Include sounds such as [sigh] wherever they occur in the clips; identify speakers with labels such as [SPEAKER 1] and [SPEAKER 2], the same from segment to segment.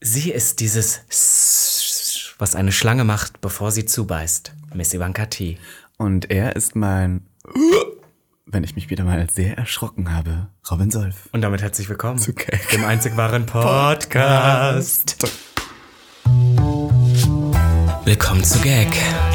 [SPEAKER 1] Sie ist dieses, Sss, was eine Schlange macht, bevor sie zubeißt. Miss Ivanka T.
[SPEAKER 2] Und er ist mein, wenn ich mich wieder mal sehr erschrocken habe, Robin Solf.
[SPEAKER 1] Und damit herzlich willkommen
[SPEAKER 2] Okay.
[SPEAKER 1] dem einzig wahren Podcast. Willkommen zu Gag,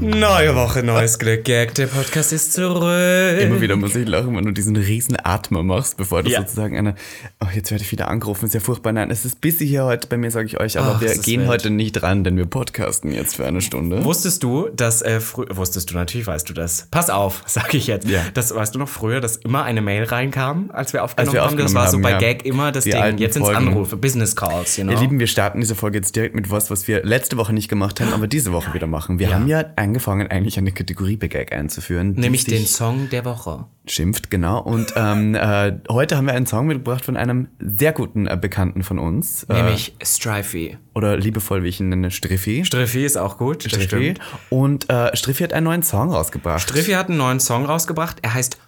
[SPEAKER 1] Neue Woche, neues Glück, Gag. Der Podcast ist zurück.
[SPEAKER 2] [laughs] Immer wieder muss ich lachen, wenn du diesen riesen Atmer machst, bevor du
[SPEAKER 1] Ja.
[SPEAKER 2] sozusagen eine. Oh, jetzt werde ich wieder angerufen. Ist ja furchtbar. Nein, es ist busy hier heute bei mir, sage ich euch. Aber
[SPEAKER 1] Ach,
[SPEAKER 2] wir
[SPEAKER 1] es ist
[SPEAKER 2] gehen
[SPEAKER 1] wild.
[SPEAKER 2] heute nicht ran, denn wir podcasten jetzt für eine Stunde.
[SPEAKER 1] Wusstest du, dass äh, früher, wusstest du natürlich, weißt du das. Pass auf, [laughs] sag ich jetzt.
[SPEAKER 2] Ja.
[SPEAKER 1] Das weißt du noch früher, dass immer eine Mail reinkam, als wir aufgenommen,
[SPEAKER 2] Als wir
[SPEAKER 1] haben. Das
[SPEAKER 2] aufgenommen
[SPEAKER 1] war so
[SPEAKER 2] haben,
[SPEAKER 1] bei
[SPEAKER 2] ja.
[SPEAKER 1] Gag immer das
[SPEAKER 2] Die
[SPEAKER 1] Ding.
[SPEAKER 2] alten
[SPEAKER 1] Jetzt sind's
[SPEAKER 2] Folgen.
[SPEAKER 1] Anrufe, Business Calls, genau.
[SPEAKER 2] Ihr Lieben, wir starten diese Folge jetzt direkt mit was, was wir letzte Woche nicht gemacht haben, aber diese Woche wieder machen. Wir haben ja angefangen, eigentlich eine Kategorie bei Gag einzuführen. die
[SPEAKER 1] Nämlich den
[SPEAKER 2] sich
[SPEAKER 1] Song der Woche.
[SPEAKER 2] Schimpft, genau. Und ähm, [laughs] äh, heute haben wir einen Song mitgebracht von einem sehr guten äh, Bekannten von uns. Äh,
[SPEAKER 1] Nämlich Strifey.
[SPEAKER 2] oder liebevoll, wie ich ihn nenne, Striffi.
[SPEAKER 1] Strifey ist auch gut, das
[SPEAKER 2] Striffi.
[SPEAKER 1] stimmt.
[SPEAKER 2] Und äh, Striffi hat einen neuen Song rausgebracht.
[SPEAKER 1] Striffi hat einen neuen Song rausgebracht. Er heißt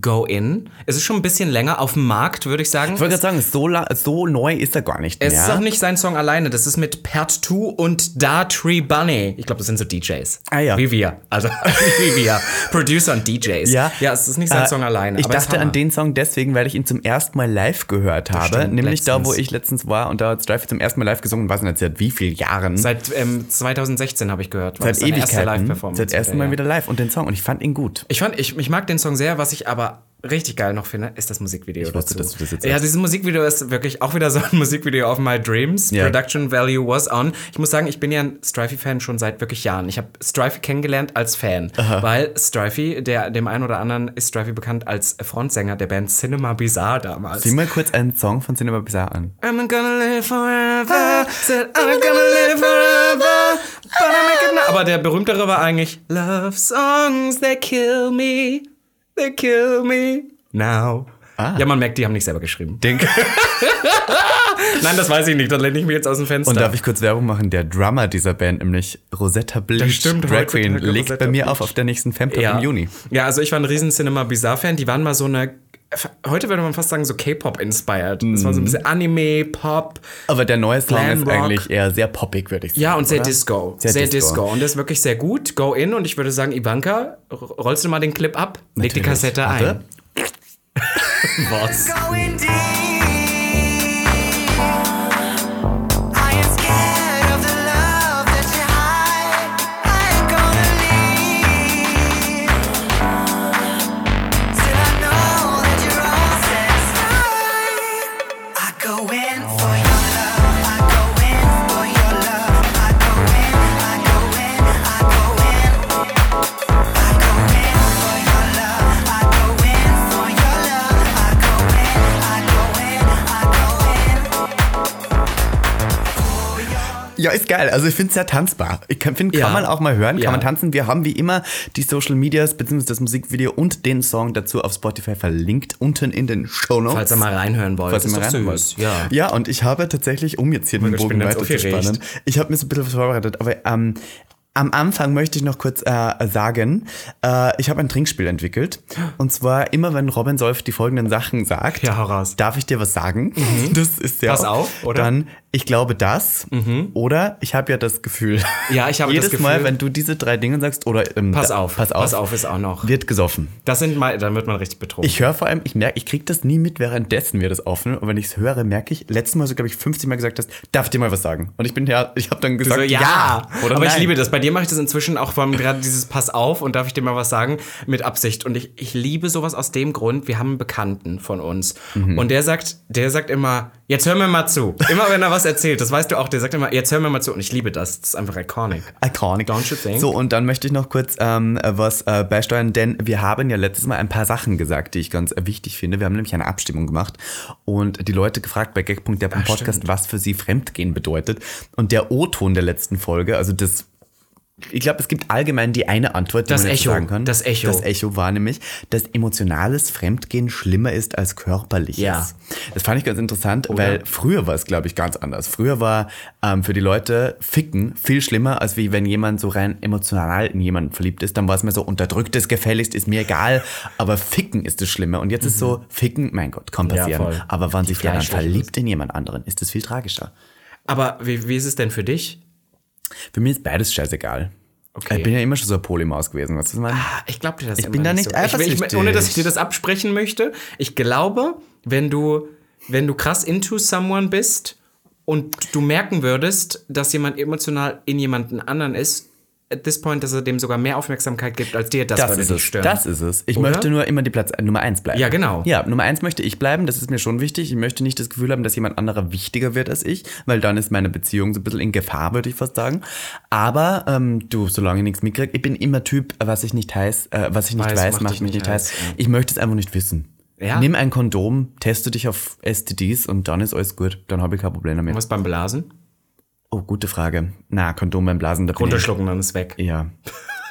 [SPEAKER 1] Go In. Es ist schon ein bisschen länger auf dem Markt, würde ich sagen.
[SPEAKER 2] Ich wollte gerade sagen, so, la- so neu ist er gar nicht mehr.
[SPEAKER 1] es ist auch nicht sein Song alleine. Das ist mit Part 2 und Da Tree Bunny. Ich glaube, das sind so DJs.
[SPEAKER 2] Ah, ja.
[SPEAKER 1] Wie wir. Also, [laughs] wie wir. Producer und DJs.
[SPEAKER 2] Ja.
[SPEAKER 1] ja, es ist nicht sein
[SPEAKER 2] Äh,
[SPEAKER 1] Song alleine.
[SPEAKER 2] Ich
[SPEAKER 1] aber es ist
[SPEAKER 2] dachte an
[SPEAKER 1] Hammer.
[SPEAKER 2] den Song deswegen, weil ich ihn zum ersten Mal live gehört habe.
[SPEAKER 1] stimmt,
[SPEAKER 2] nämlich da, wo
[SPEAKER 1] letztens.
[SPEAKER 2] ich letztens war und da hat Strife zum ersten Mal live gesungen. Weiß nicht, seit wie vielen Jahren?
[SPEAKER 1] Seit ähm, 2016 habe ich gehört. war
[SPEAKER 2] seit
[SPEAKER 1] das seine erste
[SPEAKER 2] Ewigkeiten.
[SPEAKER 1] Live-Performance
[SPEAKER 2] Seit ersten
[SPEAKER 1] wieder,
[SPEAKER 2] Mal
[SPEAKER 1] ja.
[SPEAKER 2] wieder live und den Song. Und ich fand ihn gut.
[SPEAKER 1] Ich, fand, ich, ich mag den Song sehr, was ich aber richtig geil noch finde, ist das Musikvideo. Ich
[SPEAKER 2] wusste, dass du das jetzt
[SPEAKER 1] ja,
[SPEAKER 2] sagst.
[SPEAKER 1] dieses Musikvideo ist wirklich auch wieder [laughs] so ein Musikvideo auf My Dreams.
[SPEAKER 2] Ja.
[SPEAKER 1] Production Value was on. Ich muss sagen, ich bin ja ein Strifey-Fan schon seit wirklich Jahren. Ich habe Strifey kennengelernt als Fan, weil Strifey, der dem einen oder anderen ist Strifey bekannt als Frontsänger der Band Cinema Bizarre damals.
[SPEAKER 2] Sieh mal kurz einen Song von Cinema Bizarre an.
[SPEAKER 1] I'm gonna live forever. Said Ah. I'm gonna live forever. But I make it now. Aber der berühmtere war eigentlich Love Songs, they kill me. They kill me now.
[SPEAKER 2] Ah.
[SPEAKER 1] Ja, man merkt, die haben nicht selber geschrieben.
[SPEAKER 2] [laughs] Denk.
[SPEAKER 1] Nein, das weiß ich nicht. Dann lehne ich mich jetzt aus dem Fenster.
[SPEAKER 2] Und darf ich kurz Werbung machen? Der Drummer dieser Band, nämlich Rosetta Bleach,
[SPEAKER 1] stimmt,
[SPEAKER 2] Drag Queen,
[SPEAKER 1] heutzutage
[SPEAKER 2] legt
[SPEAKER 1] Rosetta
[SPEAKER 2] bei mir auf auf der nächsten Femtop
[SPEAKER 1] ja.
[SPEAKER 2] im Juni.
[SPEAKER 1] Ja, also ich war ein riesen Cinema Bizarre Fan. Die waren mal so eine. Heute würde man fast sagen, so K-Pop inspired. Das
[SPEAKER 2] Mhm.
[SPEAKER 1] war so ein bisschen Anime, Pop.
[SPEAKER 2] Aber der neue Song
[SPEAKER 1] Glam
[SPEAKER 2] ist
[SPEAKER 1] Rock.
[SPEAKER 2] eigentlich eher sehr poppig, würde ich sagen.
[SPEAKER 1] Ja, und sehr
[SPEAKER 2] oder?
[SPEAKER 1] Disco. Sehr,
[SPEAKER 2] Sehr
[SPEAKER 1] Disco.
[SPEAKER 2] Disco.
[SPEAKER 1] Und das ist wirklich sehr gut. Go in und ich würde sagen, Ivanka, r- rollst du mal den Clip ab, leg die
[SPEAKER 2] Natürlich.
[SPEAKER 1] Kassette ein.
[SPEAKER 2] Warte.
[SPEAKER 1] Was?
[SPEAKER 3] Going deep. I am scared of the love that you hide. I ain't gonna leave. Still I know that you're all satisfied. I go in for your love. I go in for your love. I go in. I go in. I go in. I go in for your love. I go in for your love. I go in. I go in. I go in.
[SPEAKER 2] Ja, ist geil. Also ich finde es sehr tanzbar. Ich kann, find, kann
[SPEAKER 1] Ja.
[SPEAKER 2] man auch mal hören, kann
[SPEAKER 1] Ja.
[SPEAKER 2] man tanzen. Wir haben wie immer die Social Medias bzw. das Musikvideo und den Song dazu auf Spotify verlinkt, unten in den Show Notes.
[SPEAKER 1] Falls ihr mal reinhören wollt.
[SPEAKER 2] Falls ihr
[SPEAKER 1] ist
[SPEAKER 2] mal
[SPEAKER 1] doch
[SPEAKER 2] rein
[SPEAKER 1] süß.
[SPEAKER 2] wollt.
[SPEAKER 1] Ja.
[SPEAKER 2] ja, und ich habe tatsächlich, um jetzt hier den
[SPEAKER 1] Gott, ich
[SPEAKER 2] Bogen
[SPEAKER 1] bin jetzt
[SPEAKER 2] weiterzuspannen, ich habe mir so ein bisschen was vorbereitet, aber ähm, am Anfang möchte ich noch kurz äh, sagen, äh, ich habe ein Trinkspiel entwickelt. Und zwar immer, wenn Robin Solf die folgenden Sachen sagt,
[SPEAKER 1] Ja, hau raus.
[SPEAKER 2] darf ich dir was sagen? Das ist ja
[SPEAKER 1] Mhm. Pass auf, oder? Mhm.
[SPEAKER 2] Dann ich glaube das oder ich habe ja das Gefühl.
[SPEAKER 1] Ja, ich habe das
[SPEAKER 2] Jedes Mal,
[SPEAKER 1] Gefühl-
[SPEAKER 2] wenn du diese drei Dinge sagst oder ähm,
[SPEAKER 1] Pass
[SPEAKER 2] da-
[SPEAKER 1] auf,
[SPEAKER 2] pass auf,
[SPEAKER 1] pass auf ist auch noch.
[SPEAKER 2] wird gesoffen.
[SPEAKER 1] Das sind mal, dann wird man richtig betrogen.
[SPEAKER 2] Ich höre vor allem, ich merke, ich kriege das nie mit, währenddessen wir das aufnehmen. Und wenn ich es höre, merke ich, letztes Mal so, glaube ich, 50 Mal gesagt hast, darf ich dir mal was sagen? Und ich bin ja, ich habe dann gesagt,
[SPEAKER 1] so, ja,
[SPEAKER 2] ja. Oder
[SPEAKER 1] aber ich
[SPEAKER 2] nein.
[SPEAKER 1] liebe das. Bei dir mache ich das inzwischen auch vor allem gerade dieses Pass auf und darf ich dir mal was sagen mit Absicht. Und ich, ich liebe sowas aus dem Grund, wir haben einen Bekannten von uns
[SPEAKER 2] Mhm.
[SPEAKER 1] und der sagt, der sagt immer, jetzt hör mir mal zu. Immer wenn er was erzählt, das weißt du auch, der sagt immer, jetzt hör mir mal zu. Und ich liebe das. Das ist einfach iconic.
[SPEAKER 2] Iconic.
[SPEAKER 1] Don't you think?
[SPEAKER 2] So, und dann möchte ich noch kurz ähm, was äh, beisteuern, denn wir haben ja letztes Mal ein paar Sachen gesagt, die ich ganz äh, wichtig finde. Wir haben nämlich eine Abstimmung gemacht und die Leute gefragt bei gag.der Podcast, was für sie Fremdgehen bedeutet. Und der O-Ton der letzten Folge, also das ich glaube, es gibt allgemein die eine Antwort, die
[SPEAKER 1] Das
[SPEAKER 2] man jetzt
[SPEAKER 1] Echo,
[SPEAKER 2] sagen kann.
[SPEAKER 1] das Echo.
[SPEAKER 2] Das Echo war nämlich, dass emotionales Fremdgehen schlimmer ist als körperliches.
[SPEAKER 1] Ja.
[SPEAKER 2] Das fand ich ganz interessant,
[SPEAKER 1] Oh
[SPEAKER 2] weil früher war es, glaube ich, ganz anders. Früher war ähm, für die Leute Ficken viel schlimmer, als wie wenn jemand so rein emotional in jemanden verliebt ist. Dann war es mir so, unterdrücktes gefälligst, ist mir egal, aber Ficken ist das Schlimme. Und jetzt ist so, Ficken, mein Gott, kann passieren.
[SPEAKER 1] Mhm. voll.
[SPEAKER 2] aber wenn sich jemand
[SPEAKER 1] Fleischlichen
[SPEAKER 2] verliebt in jemand anderen, ist das viel tragischer.
[SPEAKER 1] Aber wie, wie ist es denn für dich?
[SPEAKER 2] Für mich ist beides scheißegal.
[SPEAKER 1] Okay.
[SPEAKER 2] Ich bin ja immer schon so ein Polymaus gewesen, weißt du, was ich meine?
[SPEAKER 1] Ah, Ich glaube dir das Ich
[SPEAKER 2] bin da
[SPEAKER 1] so.
[SPEAKER 2] nicht
[SPEAKER 1] ich, ich, ich,
[SPEAKER 2] eifersüchtig.
[SPEAKER 1] Ohne dass ich dir das absprechen möchte. Ich glaube, wenn du, wenn du krass into someone bist und du merken würdest, dass jemand emotional in jemanden anderen ist, at this point, dass er dem sogar mehr Aufmerksamkeit gibt als dir, das,
[SPEAKER 2] Das
[SPEAKER 1] würde
[SPEAKER 2] ist
[SPEAKER 1] dich
[SPEAKER 2] es.
[SPEAKER 1] stören.
[SPEAKER 2] Das ist es. Ich möchte nur immer die Platz äh, Nummer eins bleiben.
[SPEAKER 1] Ja, genau.
[SPEAKER 2] Ja, Nummer eins möchte ich bleiben. Das ist mir schon wichtig. Ich möchte nicht das Gefühl haben, dass jemand anderer wichtiger wird als ich, weil dann ist meine Beziehung so ein bisschen in Gefahr, würde ich fast sagen. Aber ähm, du, solange ich nichts mitkriege, ich bin immer Typ, was ich nicht heiß, äh, was ich nicht weiß, macht, mich nicht heiß. Ich möchte es einfach nicht wissen.
[SPEAKER 1] Ja.
[SPEAKER 2] Nimm ein Kondom, teste dich auf STDs und dann ist alles gut. Dann habe ich kein Problem damit.
[SPEAKER 1] Was beim Blasen?
[SPEAKER 2] Oh, gute Frage. Na, Kondom beim Blasen, da bin ich-
[SPEAKER 1] Runterschlucken, dann ist weg.
[SPEAKER 2] Ja.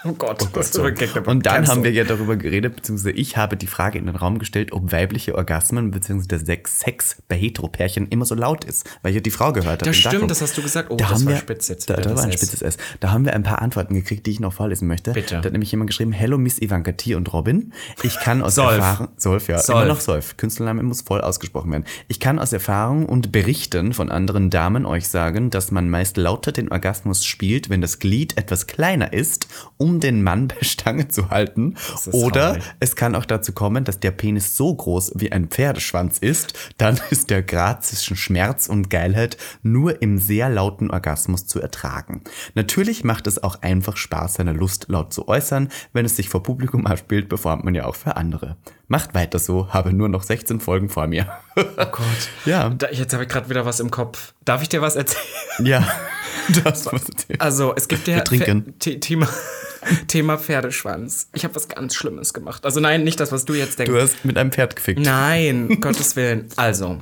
[SPEAKER 1] Oh Gott, das
[SPEAKER 2] So.
[SPEAKER 1] ist wirklich-
[SPEAKER 2] Und dann
[SPEAKER 1] Cancel.
[SPEAKER 2] haben wir ja darüber geredet, beziehungsweise ich habe die Frage in den Raum gestellt, ob weibliche Orgasmen beziehungsweise Sex, Sex bei Heteropärchen immer so laut ist, weil ich ja die Frau gehört habe.
[SPEAKER 1] Das
[SPEAKER 2] Und
[SPEAKER 1] stimmt,
[SPEAKER 2] darum-
[SPEAKER 1] das hast du gesagt. Oh,
[SPEAKER 2] da
[SPEAKER 1] das
[SPEAKER 2] haben
[SPEAKER 1] war
[SPEAKER 2] wir,
[SPEAKER 1] spitz jetzt
[SPEAKER 2] Da,
[SPEAKER 1] wieder,
[SPEAKER 2] da
[SPEAKER 1] das
[SPEAKER 2] war ein
[SPEAKER 1] S.
[SPEAKER 2] spitzes S. Da haben wir ein paar Antworten gekriegt, die ich noch vorlesen möchte.
[SPEAKER 1] Bitte.
[SPEAKER 2] Da hat nämlich jemand geschrieben, Hello Miss Ivanka T. und Robin. Ich kann aus
[SPEAKER 1] Solf.
[SPEAKER 2] Erfahrung... Solf, ja.
[SPEAKER 1] Solf.
[SPEAKER 2] Immer noch Solf. Künstlername muss voll ausgesprochen werden. Ich kann aus Erfahrung und Berichten von anderen Damen euch sagen, dass man meist lauter den Orgasmus spielt, wenn das Glied etwas kleiner ist, um den Mann bei Stange zu halten.
[SPEAKER 1] ist
[SPEAKER 2] Oder
[SPEAKER 1] traurig.
[SPEAKER 2] es kann auch dazu kommen, dass der Penis so groß wie ein Pferdeschwanz ist, dann [laughs] ist der Grad zwischen Schmerz und Geilheit nur im sehr lauten Orgasmus zu ertragen. Natürlich macht es auch einfach Spaß, seine Lust laut zu äußern. Wenn es sich vor Publikum abspielt, performt man ja auch für andere. Macht weiter so, habe nur noch 16 Folgen vor mir.
[SPEAKER 1] Oh Gott.
[SPEAKER 2] [laughs] Ja.
[SPEAKER 1] Da, jetzt habe ich gerade wieder was im Kopf. Darf ich dir was erzählen?
[SPEAKER 2] Ja, [laughs] das war's. jetzt.
[SPEAKER 1] Also, es gibt ja
[SPEAKER 2] Wir trinken.
[SPEAKER 1] Pfer- The- Thema, [laughs] Thema Pferdeschwanz. Ich habe was ganz Schlimmes gemacht. Also nein, nicht das, was du jetzt denkst.
[SPEAKER 2] Du hast mit einem Pferd gefickt.
[SPEAKER 1] nein, [laughs] Gottes Willen. Also,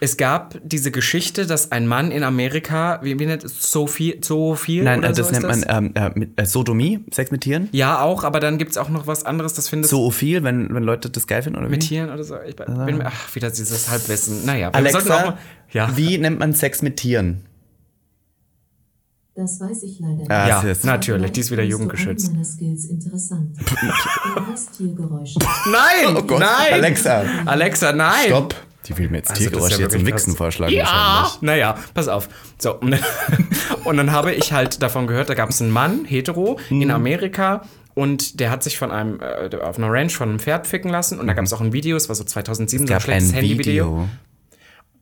[SPEAKER 1] es gab diese Geschichte, dass ein Mann in Amerika, wie, wie nennt es, so viel, so viel
[SPEAKER 2] Nein,
[SPEAKER 1] oder
[SPEAKER 2] äh, das
[SPEAKER 1] so
[SPEAKER 2] nennt
[SPEAKER 1] also ist
[SPEAKER 2] man ähm, äh, mit, äh, Sodomie, Sex mit Tieren.
[SPEAKER 1] Ja, auch, aber dann gibt es auch noch was anderes, das findest du
[SPEAKER 2] Zoophil, wenn, wenn Leute das geil finden oder wie?
[SPEAKER 1] mit Tieren oder so. Ich bin, bin, mir- ach, wieder dieses Halbwissen. Naja, wir sollten auch
[SPEAKER 2] Ah. Alexa,
[SPEAKER 1] mal, ja.
[SPEAKER 2] wie nennt man Sex mit Tieren?
[SPEAKER 4] Das weiß ich leider nicht.
[SPEAKER 2] Ah,
[SPEAKER 1] Ja,
[SPEAKER 2] das ist-
[SPEAKER 1] na- natürlich, die ist wieder
[SPEAKER 4] Findest du
[SPEAKER 1] jugendgeschützt.
[SPEAKER 4] einen meiner Skills
[SPEAKER 1] [laughs]
[SPEAKER 4] interessant. Du hast Tiergeräusche.
[SPEAKER 1] Nein,
[SPEAKER 2] Oh Gott,
[SPEAKER 1] nein.
[SPEAKER 2] Alexa.
[SPEAKER 1] Alexa, nein.
[SPEAKER 2] Stopp. Die will mir jetzt
[SPEAKER 1] Also, das ist
[SPEAKER 2] Tiergeräusche
[SPEAKER 1] ja
[SPEAKER 2] jetzt zum
[SPEAKER 1] wirklich
[SPEAKER 2] Wichsen
[SPEAKER 1] krass.
[SPEAKER 2] vorschlagen
[SPEAKER 1] Ja,
[SPEAKER 2] wahrscheinlich.
[SPEAKER 1] naja, pass auf. So, und dann, [laughs] und dann habe ich halt davon gehört, da gab es einen Mann, hetero,
[SPEAKER 2] Mhm.
[SPEAKER 1] in Amerika. Und der hat sich von einem, äh, auf einer Ranch von einem Pferd ficken lassen. Und da gab es auch ein Video, es war so 2007, so ein
[SPEAKER 2] Mhm. Gab ein
[SPEAKER 1] schlechtes Handyvideo.
[SPEAKER 2] Video.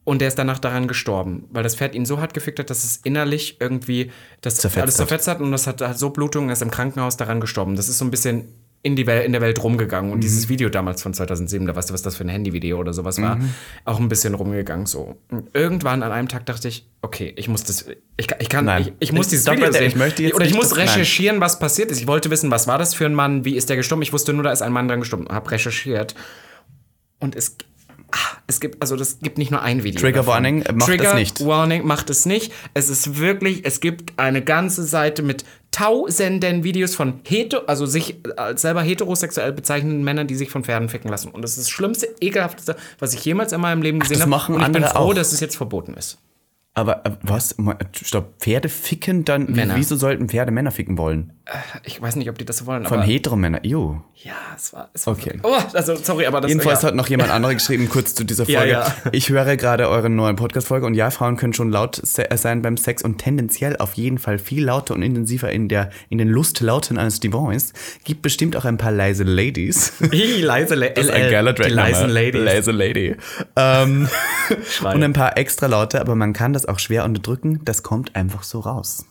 [SPEAKER 1] Und der ist danach daran gestorben, weil das Pferd ihn so hart gefickt hat, dass es innerlich irgendwie das
[SPEAKER 2] Zerfetzt
[SPEAKER 1] alles
[SPEAKER 2] hat.
[SPEAKER 1] zerfetzt hat. Und das hat hat so Blutungen, er ist im Krankenhaus daran gestorben. Das ist so ein bisschen in, die Wel in der Welt rumgegangen. Und
[SPEAKER 2] Mhm.
[SPEAKER 1] dieses Video damals von 2007, da weißt du, was das für ein Handyvideo oder sowas war,
[SPEAKER 2] Mhm.
[SPEAKER 1] auch ein bisschen rumgegangen so. Und irgendwann an einem Tag dachte ich, okay, ich muss das, ich, kann- ich kann,
[SPEAKER 2] Nein.
[SPEAKER 1] ich, ich muss
[SPEAKER 2] Ich-
[SPEAKER 1] dieses
[SPEAKER 2] stopp,
[SPEAKER 1] Video
[SPEAKER 2] Leute,
[SPEAKER 1] sehen.
[SPEAKER 2] ich möchte jetzt
[SPEAKER 1] oder ich
[SPEAKER 2] nicht
[SPEAKER 1] muss
[SPEAKER 2] das- nein.
[SPEAKER 1] recherchieren, was passiert ist. Ich wollte wissen, was war das für ein Mann, wie ist der gestorben. Ich wusste nur, da ist ein Mann dran gestorben. Hab recherchiert. Und es, ah, es gibt, also das gibt nicht nur ein Video.
[SPEAKER 2] Trigger
[SPEAKER 1] davon.
[SPEAKER 2] Warning, äh, macht
[SPEAKER 1] Trigger
[SPEAKER 2] es nicht.
[SPEAKER 1] Warning macht es nicht. Es ist wirklich, es gibt eine ganze Seite mit tausenden Videos von hetero, also sich als selber heterosexuell bezeichnenden Männern, die sich von Pferden ficken lassen. Und das ist das schlimmste, ekelhafteste, was ich jemals in meinem Leben gesehen
[SPEAKER 2] das
[SPEAKER 1] habe.
[SPEAKER 2] machen
[SPEAKER 1] Und ich bin
[SPEAKER 2] andere
[SPEAKER 1] froh,
[SPEAKER 2] auch.
[SPEAKER 1] dass es jetzt verboten ist.
[SPEAKER 2] Aber äh, was? Mo- äh, Stopp. Pferde ficken dann? Wie-
[SPEAKER 1] Männer.
[SPEAKER 2] Wieso sollten Pferde Männer ficken wollen?
[SPEAKER 1] Ich weiß nicht, ob die das so wollen,
[SPEAKER 2] Von
[SPEAKER 1] aber
[SPEAKER 2] Heteromänner. Ew.
[SPEAKER 1] ja, es war, es war
[SPEAKER 2] Okay.
[SPEAKER 1] wirklich- Oh, also sorry, aber das
[SPEAKER 2] Jedenfalls
[SPEAKER 1] ja.
[SPEAKER 2] hat noch jemand anderer geschrieben, kurz zu dieser Folge.
[SPEAKER 1] [laughs] Ja, ja.
[SPEAKER 2] Ich höre gerade eure neuen Podcast-Folge und ja, Frauen können schon laut se- äh, sein beim Sex und tendenziell auf jeden Fall viel lauter und intensiver in, der, in den Lustlauten eines Divans. Gibt bestimmt auch ein paar
[SPEAKER 1] [laughs]
[SPEAKER 2] leise Ladies.
[SPEAKER 1] Hi, leise La
[SPEAKER 2] Das ist ein geiler Track.
[SPEAKER 1] Die leisen Ladies.
[SPEAKER 2] Leise Lady.
[SPEAKER 1] [laughs]
[SPEAKER 2] Ähm,
[SPEAKER 1] Schreie.
[SPEAKER 2] und ein paar extra Laute, aber man kann das auch schwer unterdrücken. Das kommt einfach so raus.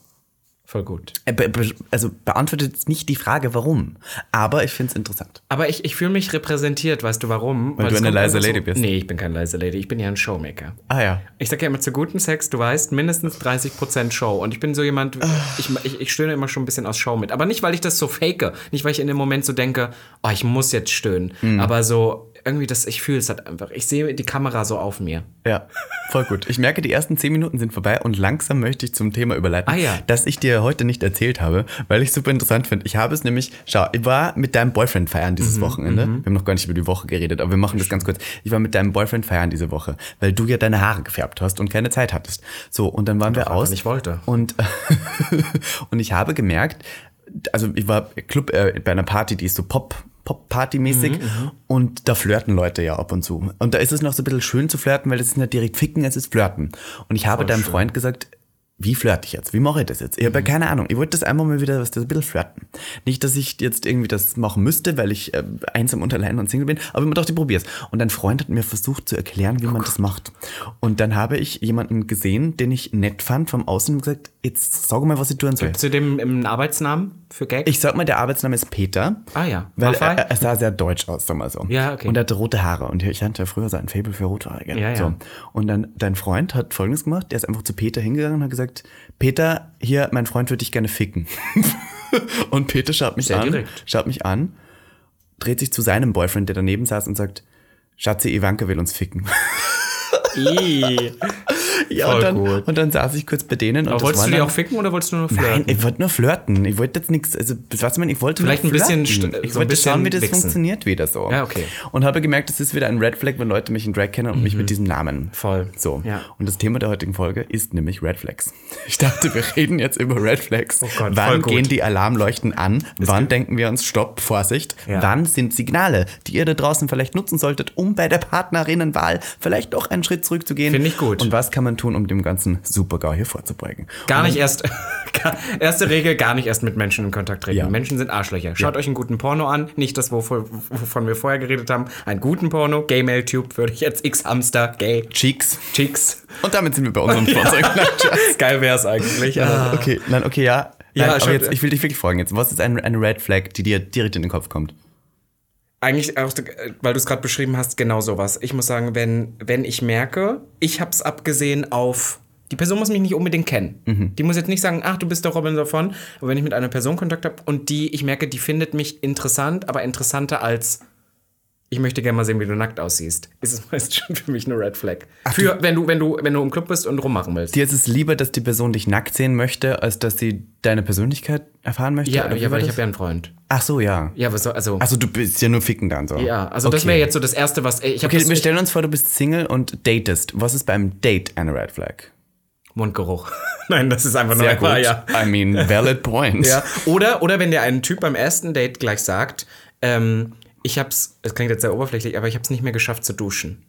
[SPEAKER 1] Voll gut.
[SPEAKER 2] Äh, be- be- Also beantwortet jetzt nicht die Frage, warum. Aber ich finde es interessant.
[SPEAKER 1] Aber ich, ich fühle mich repräsentiert, weißt du warum? Weil,
[SPEAKER 2] du
[SPEAKER 1] es
[SPEAKER 2] eine
[SPEAKER 1] kommt
[SPEAKER 2] leise
[SPEAKER 1] einfach
[SPEAKER 2] Lady bist.
[SPEAKER 1] Nee, ich bin keine leise Lady, ich bin ja ein Showmaker.
[SPEAKER 2] Ah ja.
[SPEAKER 1] Ich sage ja immer zu gutem Sex, du weißt, mindestens 30% Show. Und ich bin so jemand, ich, ich, ich stöhne immer schon ein bisschen aus Show
[SPEAKER 2] Hm.
[SPEAKER 1] mit. Aber nicht, weil ich das so fake, nicht weil ich in dem Moment so denke, oh, ich muss jetzt stöhnen. Aber so, irgendwie das, ich fühle es halt einfach. Ich sehe die Kamera so auf mir.
[SPEAKER 2] Ja, voll gut. Ich merke, die ersten zehn Minuten sind vorbei und langsam möchte ich zum Thema überleiten,
[SPEAKER 1] Ah, ja.
[SPEAKER 2] das ich dir heute nicht erzählt habe, weil ich super interessant finde. Ich habe es nämlich, schau, ich war mit deinem Boyfriend feiern dieses
[SPEAKER 1] Mhm,
[SPEAKER 2] Wochenende. Wir haben noch gar nicht über die Woche geredet, aber wir machen das ganz kurz. Ich war mit deinem Boyfriend feiern diese Woche, weil du ja deine Haare gefärbt hast und keine Zeit hattest. So, und dann waren wir
[SPEAKER 1] einfach
[SPEAKER 2] aus.
[SPEAKER 1] nicht wollte.
[SPEAKER 2] Und, [laughs] und ich habe gemerkt, also ich war im Club äh, bei einer Party, die ist so Pop. Pop-Party-mäßig und da flirten Leute ja ab und zu. Und da ist es noch so ein bisschen schön zu flirten, weil das ist nicht direkt ficken, es ist flirten. Und ich habe deinem Freund gesagt, wie flirte ich jetzt? Wie mache ich das jetzt? Ich habe ja keine Ahnung. Ich wollte das einmal mal wieder was, das ein bisschen flirten. Nicht, dass ich jetzt irgendwie das machen müsste, weil ich äh, einsam und allein und Single bin, aber immer doch, ich probier's. Und ein Freund hat mir versucht zu erklären, wie man das macht. Und dann habe ich jemanden gesehen, den ich nett fand vom Außen und gesagt, jetzt sag mal, was ich tun soll.
[SPEAKER 1] Zu dem im Arbeitsnamen für Gag?
[SPEAKER 2] Ich sag mal, der Arbeitsname ist Peter.
[SPEAKER 1] Ah ja.
[SPEAKER 2] Weil
[SPEAKER 1] Maffei?
[SPEAKER 2] er, er sah sehr deutsch aus, sag mal so.
[SPEAKER 1] Ja, okay.
[SPEAKER 2] Und er hatte rote Haare. Und ich hatte ja früher so ein Faible für Rothaarige.
[SPEAKER 1] Ja, ja.
[SPEAKER 2] So. Und dann, dein Freund hat Folgendes gemacht. Der ist einfach zu Peter hingegangen und hat gesagt, Peter, hier, mein Freund würde dich gerne ficken. [laughs] und Peter schaut mich
[SPEAKER 1] Sehr
[SPEAKER 2] an,
[SPEAKER 1] direkt.
[SPEAKER 2] schaut mich an, dreht sich zu seinem Boyfriend, der daneben saß und sagt, Schatzi, Ivanka will uns ficken. [laughs] äh,
[SPEAKER 1] Ih.
[SPEAKER 2] ja, und
[SPEAKER 1] Voll
[SPEAKER 2] dann,
[SPEAKER 1] gut.
[SPEAKER 2] und dann saß ich kurz bei denen. und
[SPEAKER 1] Aber
[SPEAKER 2] das
[SPEAKER 1] wolltest
[SPEAKER 2] waren
[SPEAKER 1] du die
[SPEAKER 2] dann-
[SPEAKER 1] auch ficken oder wolltest du nur noch
[SPEAKER 2] Nein,
[SPEAKER 1] flirten?
[SPEAKER 2] ich wollte nur flirten. Ich wollte jetzt nichts, also was man, ich wollte
[SPEAKER 1] Vielleicht
[SPEAKER 2] nur
[SPEAKER 1] ein bisschen
[SPEAKER 2] flirten.
[SPEAKER 1] st-
[SPEAKER 2] Ich
[SPEAKER 1] so ein
[SPEAKER 2] wollte schauen, wie
[SPEAKER 1] bisschen
[SPEAKER 2] das
[SPEAKER 1] wichsen.
[SPEAKER 2] funktioniert wieder so.
[SPEAKER 1] Ja, okay. Mhm.
[SPEAKER 2] Und habe gemerkt, das ist wieder ein Red Flag, wenn Leute mich in Drag kennen und mich mit diesem Namen.
[SPEAKER 1] Voll.
[SPEAKER 2] So.
[SPEAKER 1] Ja.
[SPEAKER 2] Und das Thema der heutigen Folge ist nämlich Red Flags. [laughs] Ich dachte, wir reden jetzt über Red Flags.
[SPEAKER 1] Oh Gott, voll
[SPEAKER 2] Wann
[SPEAKER 1] gut.
[SPEAKER 2] gehen die Alarmleuchten an? Wann denken wir uns Stopp, Vorsicht?
[SPEAKER 1] Ja.
[SPEAKER 2] Wann sind Signale, die ihr da draußen vielleicht nutzen solltet, um bei der Partnerinnenwahl vielleicht doch einen Schritt zurückzugehen?
[SPEAKER 1] Finde ich gut.
[SPEAKER 2] Und was kann man tun, um dem ganzen Supergau hier vorzubeugen?
[SPEAKER 1] Gar
[SPEAKER 2] Ähm.
[SPEAKER 1] nicht erst, [laughs] gar- erste Regel, gar nicht erst mit Menschen in Kontakt treten.
[SPEAKER 2] Ja.
[SPEAKER 1] Menschen sind Arschlöcher. Schaut euch einen guten Porno an, nicht das, wovon, wovon wir vorher geredet haben. Einen guten Porno, Gay Male Tube würde ich jetzt X-Hamster, Gay
[SPEAKER 2] Cheeks.
[SPEAKER 1] Chicks.
[SPEAKER 2] Und damit sind wir
[SPEAKER 1] [laughs]
[SPEAKER 2] bei unserem Sponsor. Nein, Scherz.
[SPEAKER 1] Geil wär's eigentlich. Also,
[SPEAKER 2] Nein,
[SPEAKER 1] aber-
[SPEAKER 2] okay, nein, okay, ja.
[SPEAKER 1] Ah. Ja,
[SPEAKER 2] Nein, aber
[SPEAKER 1] schon,
[SPEAKER 2] jetzt,
[SPEAKER 1] ja.
[SPEAKER 2] ich will dich wirklich fragen jetzt. Was ist ein, eine Red Flag, die dir direkt in den Kopf kommt?
[SPEAKER 1] Eigentlich auch, äh, weil du es gerade beschrieben hast, genau sowas. Ich muss sagen, wenn, wenn ich merke, ich hab's abgesehen auf. Die Person muss mich nicht unbedingt kennen.
[SPEAKER 2] Mhm.
[SPEAKER 1] Die muss jetzt nicht sagen, ach, du bist der Robin davon. Aber wenn ich mit einer Person Kontakt habe und die, ich merke, die findet mich interessant, aber interessanter als ich möchte gerne mal sehen, wie du nackt aussiehst, ist es [laughs] meist schon für mich eine Red Flag. für, wenn du, wenn du, wenn du im Club bist und rummachen willst.
[SPEAKER 2] Dir ist es lieber, dass die Person dich nackt sehen möchte, als dass sie deine Persönlichkeit erfahren möchte?
[SPEAKER 1] ja,
[SPEAKER 2] Oder wie
[SPEAKER 1] ja,
[SPEAKER 2] war
[SPEAKER 1] weil ich
[SPEAKER 2] das?
[SPEAKER 1] habe ja einen Freund.
[SPEAKER 2] Ach so, ja.
[SPEAKER 1] Ja, was soll, also.
[SPEAKER 2] Also du bist ja nur ficken dann so.
[SPEAKER 1] ja, also das
[SPEAKER 2] Okay.
[SPEAKER 1] wäre jetzt so das Erste, was. ey, Ich habe
[SPEAKER 2] Okay, wir
[SPEAKER 1] das
[SPEAKER 2] stellen uns vor, du bist Single und datest. Was ist beim Date eine Red Flag?
[SPEAKER 1] Mundgeruch. [laughs] Nein, das ist einfach nur ein- ja.
[SPEAKER 2] I mean,
[SPEAKER 1] [laughs]
[SPEAKER 2] valid point.
[SPEAKER 1] Ja. Oder, oder wenn dir ein Typ beim ersten Date gleich sagt, ähm, ich hab's, es klingt jetzt sehr oberflächlich, aber ich hab's nicht mehr geschafft zu duschen.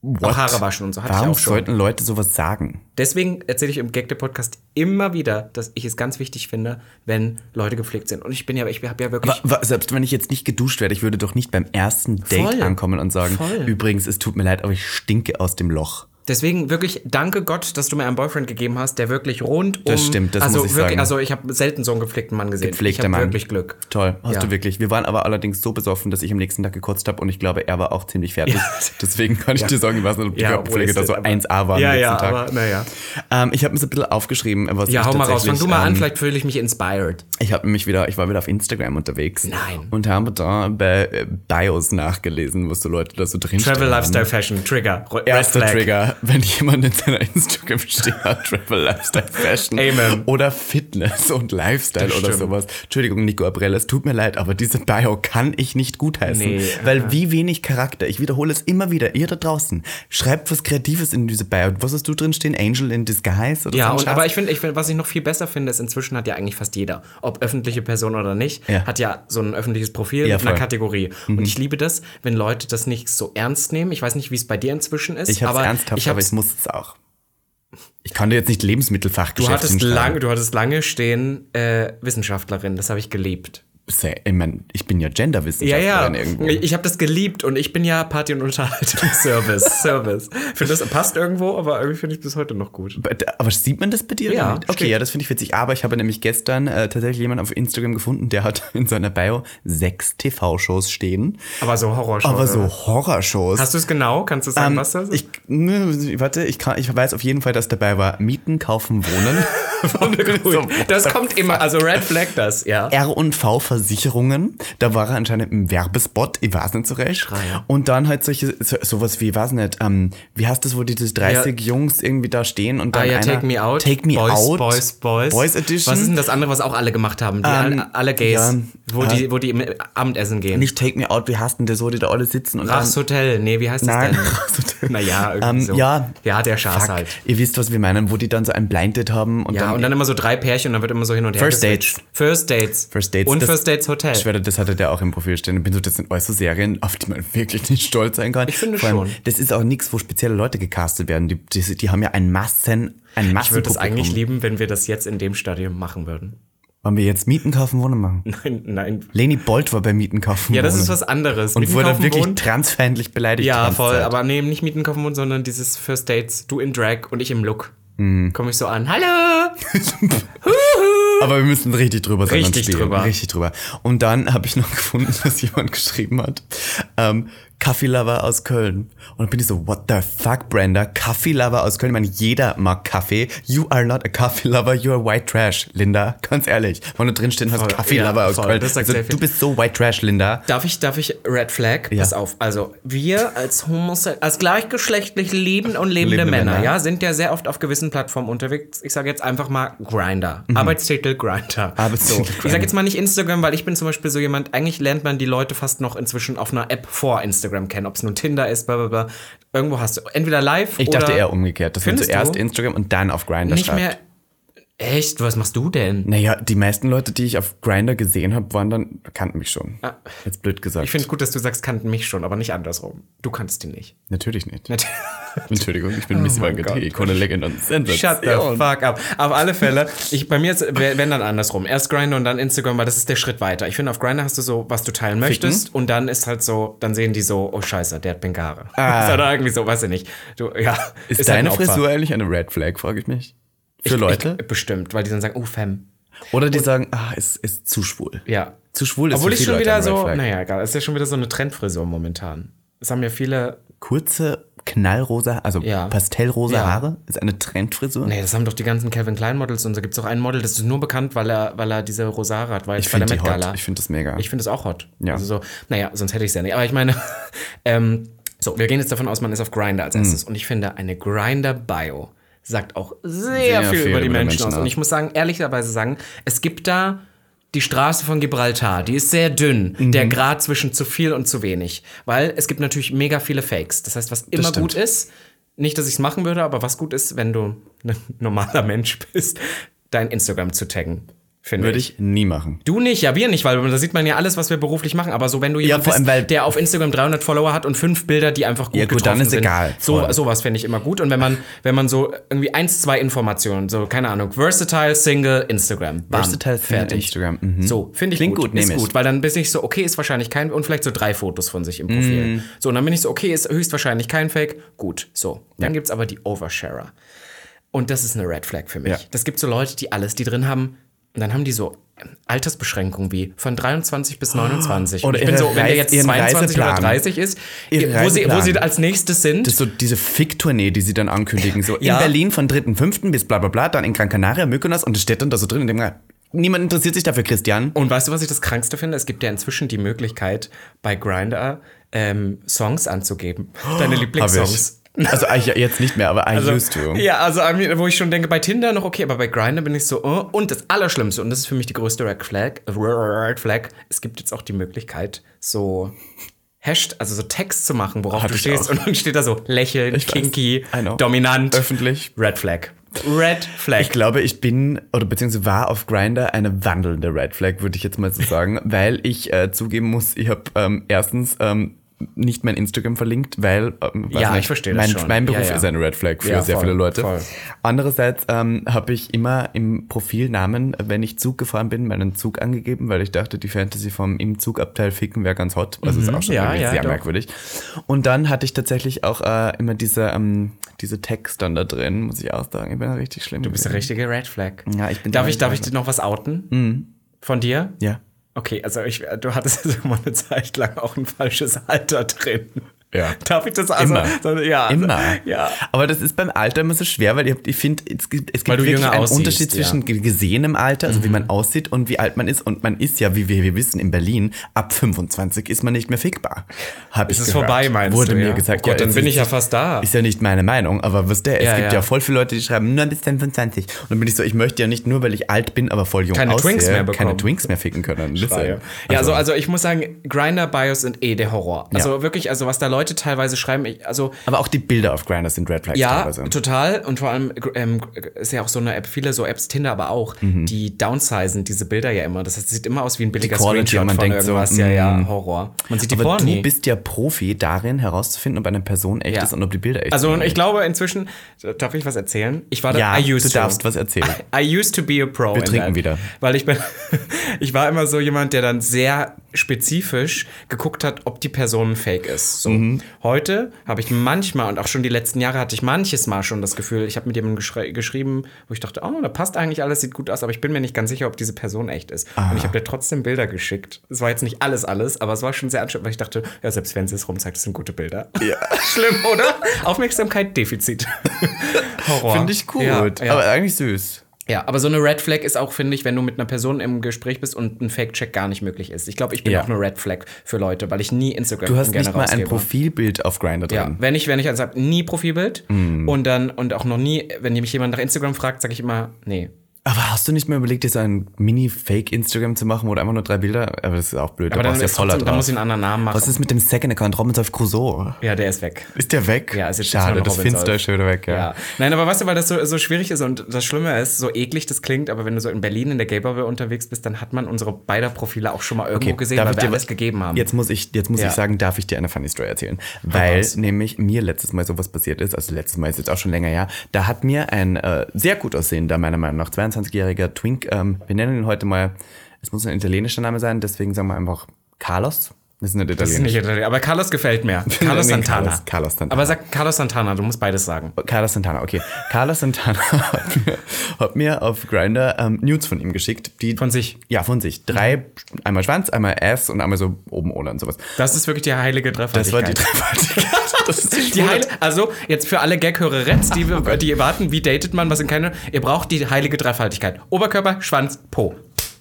[SPEAKER 2] What?
[SPEAKER 1] Haare waschen und so hatte ich
[SPEAKER 2] Warum
[SPEAKER 1] auch schon.
[SPEAKER 2] sollten Leute sowas sagen?
[SPEAKER 1] Deswegen erzähle ich im Gag der Podcast immer wieder, dass ich es ganz wichtig finde, wenn Leute gepflegt sind. Und ich bin ja, ich habe ja wirklich.
[SPEAKER 2] Wa- wa- Selbst wenn ich jetzt nicht geduscht werde, ich würde doch nicht beim ersten Date
[SPEAKER 1] Voll.
[SPEAKER 2] ankommen und sagen,
[SPEAKER 1] Voll.
[SPEAKER 2] übrigens, es tut mir leid, aber ich stinke aus dem Loch.
[SPEAKER 1] Deswegen wirklich danke Gott, dass du mir einen Boyfriend gegeben hast, der wirklich rund um.
[SPEAKER 2] Das stimmt, das
[SPEAKER 1] also
[SPEAKER 2] muss ich
[SPEAKER 1] wirklich,
[SPEAKER 2] sagen.
[SPEAKER 1] Also ich habe selten so einen gepflegten Mann gesehen.
[SPEAKER 2] Pflegter
[SPEAKER 1] ich hab
[SPEAKER 2] Mann.
[SPEAKER 1] wirklich Glück.
[SPEAKER 2] Toll, hast
[SPEAKER 1] Ja.
[SPEAKER 2] du wirklich. Wir waren aber allerdings so besoffen, dass ich am nächsten Tag gekotzt habe und ich glaube, er war auch ziemlich fertig. [laughs] Deswegen kann ich dir sagen, ich weiß nicht, ob die
[SPEAKER 1] Ja,
[SPEAKER 2] Körperpflege da so
[SPEAKER 1] wasted, aber-
[SPEAKER 2] 1A war
[SPEAKER 1] Ja,
[SPEAKER 2] am nächsten
[SPEAKER 1] ja,
[SPEAKER 2] Tag.
[SPEAKER 1] aber naja.
[SPEAKER 2] ähm, ich habe mir so ein bisschen aufgeschrieben, was
[SPEAKER 1] Ja,
[SPEAKER 2] ich
[SPEAKER 1] hau mal raus, fang
[SPEAKER 2] tatsächlich,
[SPEAKER 1] du mal an,
[SPEAKER 2] ähm,
[SPEAKER 1] vielleicht fühle ich mich inspired.
[SPEAKER 2] Ich habe mich wieder, ich war wieder auf Instagram unterwegs.
[SPEAKER 1] Nein.
[SPEAKER 2] Und habe da bei äh, Bios nachgelesen, was so Leute da so drin
[SPEAKER 1] Travel,
[SPEAKER 2] haben.
[SPEAKER 1] Lifestyle, Fashion, Trigger, Red
[SPEAKER 2] Erster
[SPEAKER 1] Flag.
[SPEAKER 2] Trigger, [laughs] wenn jemand in seiner Instagram-Stimme hat, [laughs] Travel, Lifestyle, Fashion
[SPEAKER 1] Amen.
[SPEAKER 2] oder Fitness und Lifestyle
[SPEAKER 1] Das
[SPEAKER 2] oder
[SPEAKER 1] stimmt.
[SPEAKER 2] sowas. Entschuldigung, Nico Abrell, es tut mir leid, aber diese Bio kann ich nicht gutheißen,
[SPEAKER 1] Nee.
[SPEAKER 2] weil wie wenig Charakter. Ich wiederhole es immer wieder, ihr da draußen, schreibt was Kreatives in diese Bio. Was hast du drin stehen? Angel in Disguise oder
[SPEAKER 1] Ja,
[SPEAKER 2] so ein
[SPEAKER 1] und,
[SPEAKER 2] Scheiß?
[SPEAKER 1] aber ich finde, ich find, was ich noch viel besser finde, ist, inzwischen hat ja eigentlich fast jeder, ob öffentliche Person oder nicht,
[SPEAKER 2] Ja.
[SPEAKER 1] hat ja so ein öffentliches Profil
[SPEAKER 2] Ja,
[SPEAKER 1] mit einer
[SPEAKER 2] voll. Mhm.
[SPEAKER 1] Kategorie. Und ich liebe das, wenn Leute das nicht so ernst nehmen. Ich weiß nicht, wie es bei dir inzwischen ist.
[SPEAKER 2] Ich habe
[SPEAKER 1] aber
[SPEAKER 2] es ernsthaft,
[SPEAKER 1] ich
[SPEAKER 2] aber
[SPEAKER 1] hab's,
[SPEAKER 2] ich muss es auch. Ich kann dir jetzt nicht Lebensmittelfachgeschäft
[SPEAKER 1] du, hattest
[SPEAKER 2] hinschreiben.
[SPEAKER 1] lang, du hattest lange stehen, äh, Wissenschaftlerin, das habe ich geliebt.
[SPEAKER 2] Sehr- Ich, mein, ich bin
[SPEAKER 1] Ja,
[SPEAKER 2] ja
[SPEAKER 1] ja,
[SPEAKER 2] Genderwissenschaftlerin irgendwo.
[SPEAKER 1] ich, ich habe das geliebt und ich bin ja Party- und
[SPEAKER 2] [laughs]
[SPEAKER 1] Unterhaltungsservice. Service. Finde das passt irgendwo, aber irgendwie finde ich bis heute noch gut.
[SPEAKER 2] Aber sieht man das bei dir?
[SPEAKER 1] Ja,
[SPEAKER 2] oder nicht? Okay,
[SPEAKER 1] steht.
[SPEAKER 2] ja, das finde ich witzig. Aber ich habe nämlich gestern äh, tatsächlich jemanden auf Instagram gefunden, der hat [laughs] in seiner Bio sechs TV-Shows stehen.
[SPEAKER 1] Aber so Horrorshow.
[SPEAKER 2] Aber so
[SPEAKER 1] oder?
[SPEAKER 2] Horrorshows.
[SPEAKER 1] Hast du es genau? Kannst du sagen, was das ist?
[SPEAKER 2] ich, nö, warte, ich, kann, ich weiß auf jeden Fall, dass dabei war
[SPEAKER 1] [laughs]
[SPEAKER 2] Mieten, Kaufen, Wohnen. [laughs]
[SPEAKER 1] Gut, das kommt immer, also Red Flag das, ja.
[SPEAKER 2] R&V Versicherungen. Da war er anscheinend im Werbespot, ich weiß nicht so recht. Und dann halt solche, so, sowas wie, ich weiß nicht, ähm, wie heißt das, wo die, die 30 Jungs irgendwie da stehen und dann
[SPEAKER 1] Ah ja,
[SPEAKER 2] einer,
[SPEAKER 1] Take Me Out.
[SPEAKER 2] Take Me
[SPEAKER 1] Boys,
[SPEAKER 2] Out.
[SPEAKER 1] Boys, Boys.
[SPEAKER 2] Boys Edition.
[SPEAKER 1] Was ist denn das andere, was auch alle gemacht haben? Die
[SPEAKER 2] Ähm,
[SPEAKER 1] alle, alle Gays,
[SPEAKER 2] ja,
[SPEAKER 1] wo,
[SPEAKER 2] äh,
[SPEAKER 1] die, wo die im Abendessen gehen.
[SPEAKER 2] Nicht Take Me Out, wie heißt denn das, wo die da alle sitzen und
[SPEAKER 1] Rachs Hotel. Nee, wie heißt
[SPEAKER 2] Nein, Rachs [laughs]
[SPEAKER 1] das denn? Naja, irgendwie
[SPEAKER 2] Ähm,
[SPEAKER 1] so.
[SPEAKER 2] ja.
[SPEAKER 1] Ja, der
[SPEAKER 2] dann,
[SPEAKER 1] Schaß
[SPEAKER 2] fuck,
[SPEAKER 1] halt.
[SPEAKER 2] ihr wisst, was wir meinen, wo die dann so ein Blind Date haben und
[SPEAKER 1] Ja,
[SPEAKER 2] dann
[SPEAKER 1] und dann immer so drei Pärchen und dann wird immer so hin und her.
[SPEAKER 2] First
[SPEAKER 1] geswitcht.
[SPEAKER 2] Dates.
[SPEAKER 1] First Dates.
[SPEAKER 2] First Dates.
[SPEAKER 1] Und
[SPEAKER 2] Das-
[SPEAKER 1] First Dates Hotel.
[SPEAKER 2] Ich werde, das hatte der auch im Profil stehen. Ich bin so, das sind alles so Serien, auf die man [laughs] wirklich nicht stolz sein kann. Ich
[SPEAKER 1] finde schon.
[SPEAKER 2] Das ist auch nichts, wo spezielle Leute gecastet werden. Die, die, die haben ja ein Massen,
[SPEAKER 1] Ich
[SPEAKER 2] ein
[SPEAKER 1] würde
[SPEAKER 2] Massenpublikum.
[SPEAKER 1] es eigentlich lieben, wenn wir das jetzt in dem Stadium machen würden. [laughs]
[SPEAKER 2] Wollen wir jetzt Mieten kaufen, Wohnen machen?
[SPEAKER 1] Nein, nein.
[SPEAKER 2] Leni Bolt war bei Mieten kaufen,
[SPEAKER 1] Ja, das
[SPEAKER 2] Wohnen.
[SPEAKER 1] ist was anderes.
[SPEAKER 2] Und wurde
[SPEAKER 1] kaufen
[SPEAKER 2] wirklich
[SPEAKER 1] Wohnen-
[SPEAKER 2] transfeindlich beleidigt. die
[SPEAKER 1] Ja,
[SPEAKER 2] ganze
[SPEAKER 1] voll,
[SPEAKER 2] Zeit.
[SPEAKER 1] aber nee, nicht Mieten kaufen Mund, sondern dieses First Dates, du in Drag und ich im Look.
[SPEAKER 2] Mhm.
[SPEAKER 1] Komme ich so an. Hallo!
[SPEAKER 2] Aber wir müssen richtig drüber sein.
[SPEAKER 1] Richtig
[SPEAKER 2] und spielen.
[SPEAKER 1] drüber.
[SPEAKER 2] Richtig drüber. Und dann habe ich noch [laughs] gefunden, dass jemand geschrieben hat, ähm, Kaffee Lover aus Köln. Und dann bin ich so, what the fuck, Brenda? Kaffee Lover aus Köln. Ich meine, jeder mag Kaffee. You are not a Kaffee Lover, you are white trash, Linda. Ganz ehrlich. Wenn du drinstehen hast,
[SPEAKER 1] Voll,
[SPEAKER 2] Kaffee
[SPEAKER 1] ja,
[SPEAKER 2] Lover aus
[SPEAKER 1] voll.
[SPEAKER 2] Köln.
[SPEAKER 1] Das sagt
[SPEAKER 2] Also,
[SPEAKER 1] sehr viel.
[SPEAKER 2] du bist so white trash, Linda.
[SPEAKER 1] Darf ich, darf ich Red Flag?
[SPEAKER 2] Ja.
[SPEAKER 1] Pass auf. Also, wir als homosexuell, als gleichgeschlechtlich liebend und lebende,
[SPEAKER 2] Lebende
[SPEAKER 1] Männer,
[SPEAKER 2] Männer.
[SPEAKER 1] ja, sind ja sehr oft auf gewissen Plattformen unterwegs. Ich sage jetzt einfach mal Grinder. Arbeitstitel Grinder.
[SPEAKER 2] Mhm. Arbeitstitel
[SPEAKER 1] so. Ich
[SPEAKER 2] Grindr.
[SPEAKER 1] sage jetzt mal nicht Instagram, weil ich bin zum Beispiel so jemand, eigentlich lernt man die Leute fast noch inzwischen auf einer App vor Instagram kennen. Ob es nun Tinder ist, bla, bla, bla. Irgendwo hast du entweder live
[SPEAKER 2] Ich
[SPEAKER 1] oder
[SPEAKER 2] dachte eher umgekehrt, dass man
[SPEAKER 1] Findest
[SPEAKER 2] zuerst
[SPEAKER 1] du?
[SPEAKER 2] Instagram und dann auf Grindr
[SPEAKER 1] nicht
[SPEAKER 2] schreibt.
[SPEAKER 1] mehr. Echt? Was machst du denn?
[SPEAKER 2] Naja, die meisten Leute, die ich auf Grindr gesehen habe, waren dann, kannten mich schon.
[SPEAKER 1] Ah.
[SPEAKER 2] Jetzt blöd gesagt.
[SPEAKER 1] Ich finde gut, dass du sagst, kannten mich schon, aber nicht andersrum. Du kannst ihn
[SPEAKER 2] [laughs]
[SPEAKER 1] nicht.
[SPEAKER 2] Natürlich nicht.
[SPEAKER 1] Natürlich.
[SPEAKER 2] Entschuldigung, ich bin oh Miss Margaret,
[SPEAKER 1] Gott.
[SPEAKER 2] die Ikone, Legend und Sensation.
[SPEAKER 1] Shut the fuck up. Auf alle Fälle, ich, bei mir ist, wär- wenn dann andersrum. Erst Grindr und dann Instagram, weil das ist der Schritt weiter. Ich finde, auf Grindr hast du so, was du teilen möchtest und dann ist halt so, dann sehen die so, oh scheiße, der hat Bengare. Ah. [laughs] Ist oder irgendwie so, weiß ich nicht. Du, ja,
[SPEAKER 2] Ist,
[SPEAKER 1] halt ein
[SPEAKER 2] deine
[SPEAKER 1] Opfer.
[SPEAKER 2] Frisur eigentlich eine Red Flag, frage ich mich. Für Leute?
[SPEAKER 1] Ich, bestimmt, weil die dann sagen, oh Femme.
[SPEAKER 2] Oder die sagen, ah, ist, ist zu schwul.
[SPEAKER 1] Ja.
[SPEAKER 2] Zu schwul ist
[SPEAKER 1] Obwohl
[SPEAKER 2] für
[SPEAKER 1] ich
[SPEAKER 2] viele
[SPEAKER 1] schon
[SPEAKER 2] Leute
[SPEAKER 1] wieder
[SPEAKER 2] eine Red
[SPEAKER 1] so,
[SPEAKER 2] Flag.
[SPEAKER 1] naja, egal, ist ja schon wieder so eine Trendfrisur momentan. Das haben ja viele
[SPEAKER 2] Kurze, knallrosa, also
[SPEAKER 1] Ja.
[SPEAKER 2] pastellrosa
[SPEAKER 1] Ja.
[SPEAKER 2] Haare ist eine Trendfrisur.
[SPEAKER 1] Nee, das haben doch die ganzen Calvin Klein Models und so gibt es auch ein Model, das ist nur bekannt, weil er, weil er diese Rosara hat, weil
[SPEAKER 2] Ich
[SPEAKER 1] bei der
[SPEAKER 2] find
[SPEAKER 1] Met
[SPEAKER 2] die hot.
[SPEAKER 1] Gala.
[SPEAKER 2] Ich find das mega.
[SPEAKER 1] Ich finde es auch hot.
[SPEAKER 2] Ja.
[SPEAKER 1] Also so, naja, sonst hätte ich es ja nicht. Aber ich meine, [laughs] ähm, so, wir gehen jetzt davon aus, man ist auf Grinder
[SPEAKER 2] Hm.
[SPEAKER 1] als erstes. Und ich finde, eine Grinder Bio sagt auch sehr,
[SPEAKER 2] Sehr
[SPEAKER 1] viel, über die Menschen, aus.
[SPEAKER 2] aus.
[SPEAKER 1] Und ich muss sagen, ehrlicherweise sagen, es gibt da die Straße von Gibraltar, die ist sehr dünn, der
[SPEAKER 2] Mhm.
[SPEAKER 1] Grad zwischen zu viel und zu wenig. Weil es gibt natürlich mega viele Fakes. Das heißt, was immer
[SPEAKER 2] stimmt.
[SPEAKER 1] gut ist, nicht, dass ich es machen würde, aber was gut ist, wenn du [laughs] ein normaler Mensch bist, dein Instagram zu taggen. Finde
[SPEAKER 2] Würde ich nie machen.
[SPEAKER 1] Du nicht, ja, wir nicht, weil da sieht man ja alles, was wir beruflich machen. Aber so, wenn du jemand
[SPEAKER 2] vor allem,
[SPEAKER 1] bist,
[SPEAKER 2] weil-
[SPEAKER 1] der auf Instagram 300 Follower hat und fünf Bilder, die einfach gut
[SPEAKER 2] Ja, gut,
[SPEAKER 1] getroffen
[SPEAKER 2] dann ist
[SPEAKER 1] sind.
[SPEAKER 2] egal.
[SPEAKER 1] So,
[SPEAKER 2] Voll.
[SPEAKER 1] sowas fände ich immer gut. Und wenn man, wenn man so irgendwie eins, zwei Informationen, so, keine Ahnung, versatile, single, Instagram. Bam,
[SPEAKER 2] Versatile, single, Instagram, mhm.
[SPEAKER 1] So, finde ich
[SPEAKER 2] Klingt
[SPEAKER 1] gut.
[SPEAKER 2] gut, nehm
[SPEAKER 1] ist
[SPEAKER 2] ich.
[SPEAKER 1] gut, weil dann bin ich so, okay, ist wahrscheinlich kein, und vielleicht so drei Fotos von sich im Profil.
[SPEAKER 2] Mhm.
[SPEAKER 1] So, und dann bin ich so, okay, ist höchstwahrscheinlich kein Fake. Gut, so. Dann gibt's aber die Oversharer. Und das ist eine Red Flag für mich.
[SPEAKER 2] Ja.
[SPEAKER 1] Das gibt so Leute, die alles, die drin haben, und dann haben die so Altersbeschränkungen wie von 23 bis 29.
[SPEAKER 2] Oder
[SPEAKER 1] und ich bin
[SPEAKER 2] ihre
[SPEAKER 1] so, wenn der
[SPEAKER 2] Reis-
[SPEAKER 1] jetzt
[SPEAKER 2] ihren
[SPEAKER 1] 22 oder
[SPEAKER 2] Reiseplan.
[SPEAKER 1] 30 ist,
[SPEAKER 2] Ihren
[SPEAKER 1] wo sie, wo
[SPEAKER 2] Reiseplan.
[SPEAKER 1] sie als nächstes sind.
[SPEAKER 2] Das ist so diese Fick-Tournee, die sie dann
[SPEAKER 1] [laughs]
[SPEAKER 2] ankündigen. So
[SPEAKER 1] Ja.
[SPEAKER 2] in Berlin von 3.5. bis bla bla bla, dann in Gran Canaria, Mykonos und das steht dann da so drin in dem Niemand interessiert sich dafür, Christian.
[SPEAKER 1] Und weißt du, was ich das Krankste finde? Es gibt ja inzwischen die Möglichkeit, bei Grindr ähm, Songs
[SPEAKER 2] [gasps]
[SPEAKER 1] anzugeben. Deine Lieblingssongs.
[SPEAKER 2] Hab ich. Also ich, jetzt nicht mehr, aber I used to.
[SPEAKER 1] Ja, also I mean, wo ich schon denke, bei Tinder noch okay, aber bei Grindr bin ich so, oh. und das Allerschlimmste, und das ist für mich die größte Red Flag, Red Flag, es gibt jetzt auch die Möglichkeit, so Hasht, also so Text zu machen, worauf
[SPEAKER 2] Hab
[SPEAKER 1] du
[SPEAKER 2] ich
[SPEAKER 1] stehst,
[SPEAKER 2] auch.
[SPEAKER 1] und dann steht da so lächeln,
[SPEAKER 2] Ich weiß.
[SPEAKER 1] kinky,
[SPEAKER 2] I know.
[SPEAKER 1] dominant,
[SPEAKER 2] Öffentlich.
[SPEAKER 1] Red Flag. Red Flag.
[SPEAKER 2] Ich glaube, ich bin oder beziehungsweise war auf Grinder eine wandelnde Red Flag, würde ich jetzt mal so
[SPEAKER 1] [laughs]
[SPEAKER 2] sagen, weil ich äh, zugeben muss, ich habe ähm, erstens ähm, nicht mein Instagram verlinkt, weil ähm, weiß
[SPEAKER 1] Ja, ich verstehe das
[SPEAKER 2] mein,
[SPEAKER 1] schon.
[SPEAKER 2] mein Beruf
[SPEAKER 1] Ja, ja.
[SPEAKER 2] ist eine Red Flag für
[SPEAKER 1] Ja,
[SPEAKER 2] sehr
[SPEAKER 1] voll,
[SPEAKER 2] viele Leute.
[SPEAKER 1] voll.
[SPEAKER 2] Andererseits ähm, habe ich immer im Profilnamen, wenn ich Zug gefahren bin, meinen Zug angegeben, weil ich dachte, die Fantasy vom im Zugabteil ficken wäre ganz hot. Also ist auch schon
[SPEAKER 1] Mhm. ja,
[SPEAKER 2] irgendwie
[SPEAKER 1] ja,
[SPEAKER 2] sehr
[SPEAKER 1] doch.
[SPEAKER 2] merkwürdig. Und dann hatte ich tatsächlich auch äh, immer diese ähm, diese Text dann da drin, muss ich auch sagen. Ich bin da richtig schlimm. Du
[SPEAKER 1] Das ist eine richtige Red Flag.
[SPEAKER 2] Ja, ich bin Mhm.
[SPEAKER 1] darf
[SPEAKER 2] da
[SPEAKER 1] ich, darf ich
[SPEAKER 2] dabei.
[SPEAKER 1] dir noch was outen? Von dir?
[SPEAKER 2] Ja.
[SPEAKER 1] [laughs] Okay, also ich, du hattest ja so mal eine Zeit lang auch ein falsches Alter drin.
[SPEAKER 2] Ja.
[SPEAKER 1] Darf ich das also?
[SPEAKER 2] Immer.
[SPEAKER 1] So, ja.
[SPEAKER 2] Immer.
[SPEAKER 1] Also, Ja.
[SPEAKER 2] Aber das ist beim Alter immer so schwer, weil ich, ich finde, es gibt, es
[SPEAKER 1] Weil
[SPEAKER 2] gibt
[SPEAKER 1] du
[SPEAKER 2] wirklich
[SPEAKER 1] jünger
[SPEAKER 2] einen
[SPEAKER 1] aussiehst,
[SPEAKER 2] Unterschied
[SPEAKER 1] ja. Mhm.
[SPEAKER 2] zwischen ge- gesehenem Alter, also wie man aussieht und wie alt man ist. Und man ist ja, wie wir, wir wissen, in Berlin, ab 25 ist man nicht mehr fickbar. Hab
[SPEAKER 1] Es
[SPEAKER 2] ich
[SPEAKER 1] ist
[SPEAKER 2] gehört.
[SPEAKER 1] vorbei, meinst
[SPEAKER 2] Wurde
[SPEAKER 1] du?
[SPEAKER 2] mir
[SPEAKER 1] ja?
[SPEAKER 2] gesagt.
[SPEAKER 1] oh Gott, dann
[SPEAKER 2] es
[SPEAKER 1] bin
[SPEAKER 2] ist-
[SPEAKER 1] ich ja fast da.
[SPEAKER 2] Ah. Ist ja nicht meine Meinung, aber wisst ihr, es
[SPEAKER 1] Ja,
[SPEAKER 2] gibt
[SPEAKER 1] ja.
[SPEAKER 2] ja voll viele Leute, die schreiben nur bis 25. Und dann bin ich so, ich möchte ja nicht nur, weil ich alt bin, aber voll jung
[SPEAKER 1] Keine
[SPEAKER 2] aussehe,
[SPEAKER 1] Twinks mehr
[SPEAKER 2] keine
[SPEAKER 1] bekommen.
[SPEAKER 2] Twinks mehr ficken können. Listen.
[SPEAKER 1] Ja, ja also, also ich muss sagen, Grinder Bios sind eh der Horror. Also
[SPEAKER 2] Ja.
[SPEAKER 1] wirklich, also was da Leute teilweise schreiben, ich, also
[SPEAKER 2] aber auch die Bilder auf Grindr sind Red Flags
[SPEAKER 1] ja,
[SPEAKER 2] teilweise.
[SPEAKER 1] total. Und vor allem ähm, ist ja auch so eine App, viele so Apps, Tinder aber auch, die downsizen diese Bilder ja immer. Das heißt, es sieht immer aus wie ein billiger
[SPEAKER 2] Mhm. Die Quality,
[SPEAKER 1] Screenshot
[SPEAKER 2] man
[SPEAKER 1] von
[SPEAKER 2] denkt so, mhm.
[SPEAKER 1] irgendwas. ja, ja, Horror. Man sieht die
[SPEAKER 2] Aber
[SPEAKER 1] Porn
[SPEAKER 2] du
[SPEAKER 1] nie.
[SPEAKER 2] bist ja Profi darin, herauszufinden, ob eine Person echt
[SPEAKER 1] Ja.
[SPEAKER 2] ist und ob die Bilder echt
[SPEAKER 1] Also
[SPEAKER 2] sind.
[SPEAKER 1] und ich glaube inzwischen, darf ich was erzählen? Ich war da,
[SPEAKER 2] Ja,
[SPEAKER 1] I used
[SPEAKER 2] du
[SPEAKER 1] to.
[SPEAKER 2] darfst was erzählen.
[SPEAKER 1] [laughs] I used to be a pro.
[SPEAKER 2] Wir
[SPEAKER 1] in
[SPEAKER 2] trinken
[SPEAKER 1] that.
[SPEAKER 2] wieder.
[SPEAKER 1] Weil ich bin, [laughs] ich war immer so jemand, der dann sehr spezifisch geguckt hat, ob die Person fake ist. So.
[SPEAKER 2] Mhm.
[SPEAKER 1] Heute habe ich manchmal und auch schon die letzten Jahre hatte ich manches Mal schon das Gefühl, ich habe mit jemandem geschrei- geschrieben, wo ich dachte, oh, da passt eigentlich alles, sieht gut aus, aber ich bin mir nicht ganz sicher, ob diese Person echt ist. Und
[SPEAKER 2] Ah.
[SPEAKER 1] ich habe dir trotzdem Bilder geschickt. Es war jetzt nicht alles, alles, aber es war schon sehr anstrengend, weil ich dachte, ja, selbst wenn sie es rumzeigt, das sind gute Bilder. Ja. Schlimm, oder? Aufmerksamkeit, Defizit. [laughs] Horror.
[SPEAKER 2] Finde ich gut.
[SPEAKER 1] Ja, ja.
[SPEAKER 2] Aber eigentlich süß.
[SPEAKER 1] [laughs] Ja, aber so eine Red Flag ist auch, finde ich, wenn du mit einer Person im Gespräch bist und ein Fake-Check gar nicht möglich ist. Ich glaube, ich bin
[SPEAKER 2] Ja.
[SPEAKER 1] auch eine Red Flag für Leute, weil ich nie Instagram
[SPEAKER 2] Du hast
[SPEAKER 1] gerne
[SPEAKER 2] nicht mal ein
[SPEAKER 1] rausgebe.
[SPEAKER 2] Profilbild auf Grindr
[SPEAKER 1] Ja,
[SPEAKER 2] drin.
[SPEAKER 1] wenn ich, wenn ich also hab, nie Profilbild
[SPEAKER 2] Hm.
[SPEAKER 1] und dann und auch noch nie, wenn mich jemand nach Instagram fragt, sage ich immer, nee.
[SPEAKER 2] Aber hast du nicht mal überlegt, dir so ein Mini-Fake-Instagram zu machen oder einfach nur drei Bilder? Aber das ist auch blöd.
[SPEAKER 1] Aber
[SPEAKER 2] da
[SPEAKER 1] dann,
[SPEAKER 2] brauchst du ja
[SPEAKER 1] ist
[SPEAKER 2] voller
[SPEAKER 1] trotzdem, dann
[SPEAKER 2] drauf.
[SPEAKER 1] muss ich einen anderen Namen machen.
[SPEAKER 2] Was ist mit dem Second-Account? Robinsolf Crusoe.
[SPEAKER 1] ja, der ist weg.
[SPEAKER 2] Ist der weg?
[SPEAKER 1] Ja, ist jetzt
[SPEAKER 2] Schade,
[SPEAKER 1] nur noch
[SPEAKER 2] das
[SPEAKER 1] Robinsolf.
[SPEAKER 2] Finster ist schon wieder weg, ja.
[SPEAKER 1] Ja. Nein, aber weißt du, weil das so, so schwierig ist und das Schlimme ist, so eklig das klingt, aber wenn du so in Berlin in der Gaybarbe unterwegs bist, dann hat man unsere beider Profile auch schon mal irgendwo gesehen,
[SPEAKER 2] darf
[SPEAKER 1] weil
[SPEAKER 2] ich
[SPEAKER 1] wir
[SPEAKER 2] dir
[SPEAKER 1] alles
[SPEAKER 2] was-
[SPEAKER 1] gegeben haben.
[SPEAKER 2] Jetzt muss ich, jetzt muss
[SPEAKER 1] Ja.
[SPEAKER 2] ich sagen, darf ich dir eine funny Story erzählen? Weil
[SPEAKER 1] raus.
[SPEAKER 2] nämlich mir letztes Mal sowas passiert ist, also letztes Mal ist jetzt auch schon länger her, da hat mir ein äh, sehr gut aussehender, meiner Meinung nach, 22-jähriger Twink, ähm, wir nennen ihn heute mal, es muss ein italienischer Name sein, deswegen sagen wir einfach Carlos. Das ist nicht
[SPEAKER 1] Das ist
[SPEAKER 2] italienisch.
[SPEAKER 1] nicht Italien. Aber Carlos gefällt mir. Carlos
[SPEAKER 2] [laughs] Nee,
[SPEAKER 1] Santana.
[SPEAKER 2] Carlos- Carlos Santana.
[SPEAKER 1] Aber sag Carlos Santana, du musst beides sagen.
[SPEAKER 2] Carlos Santana, okay. Carlos Santana [laughs] hat mir, hat mir auf Grinder ähm, Nudes von ihm geschickt. Die,
[SPEAKER 1] Von sich?
[SPEAKER 2] Ja, von sich. Drei, einmal Schwanz, einmal Ass und einmal so oben ohne und sowas.
[SPEAKER 1] Das ist wirklich die heilige
[SPEAKER 2] Das war die
[SPEAKER 1] Dreifaltigkeit.
[SPEAKER 2] [laughs] Dreifaltigkeit.
[SPEAKER 1] [laughs]
[SPEAKER 2] Das ist
[SPEAKER 1] die heil also jetzt für alle Gag-Hörerets, die, die warten, wie datet man, was in keine. Ihr braucht die heilige Dreifaltigkeit. Oberkörper, Schwanz, Po.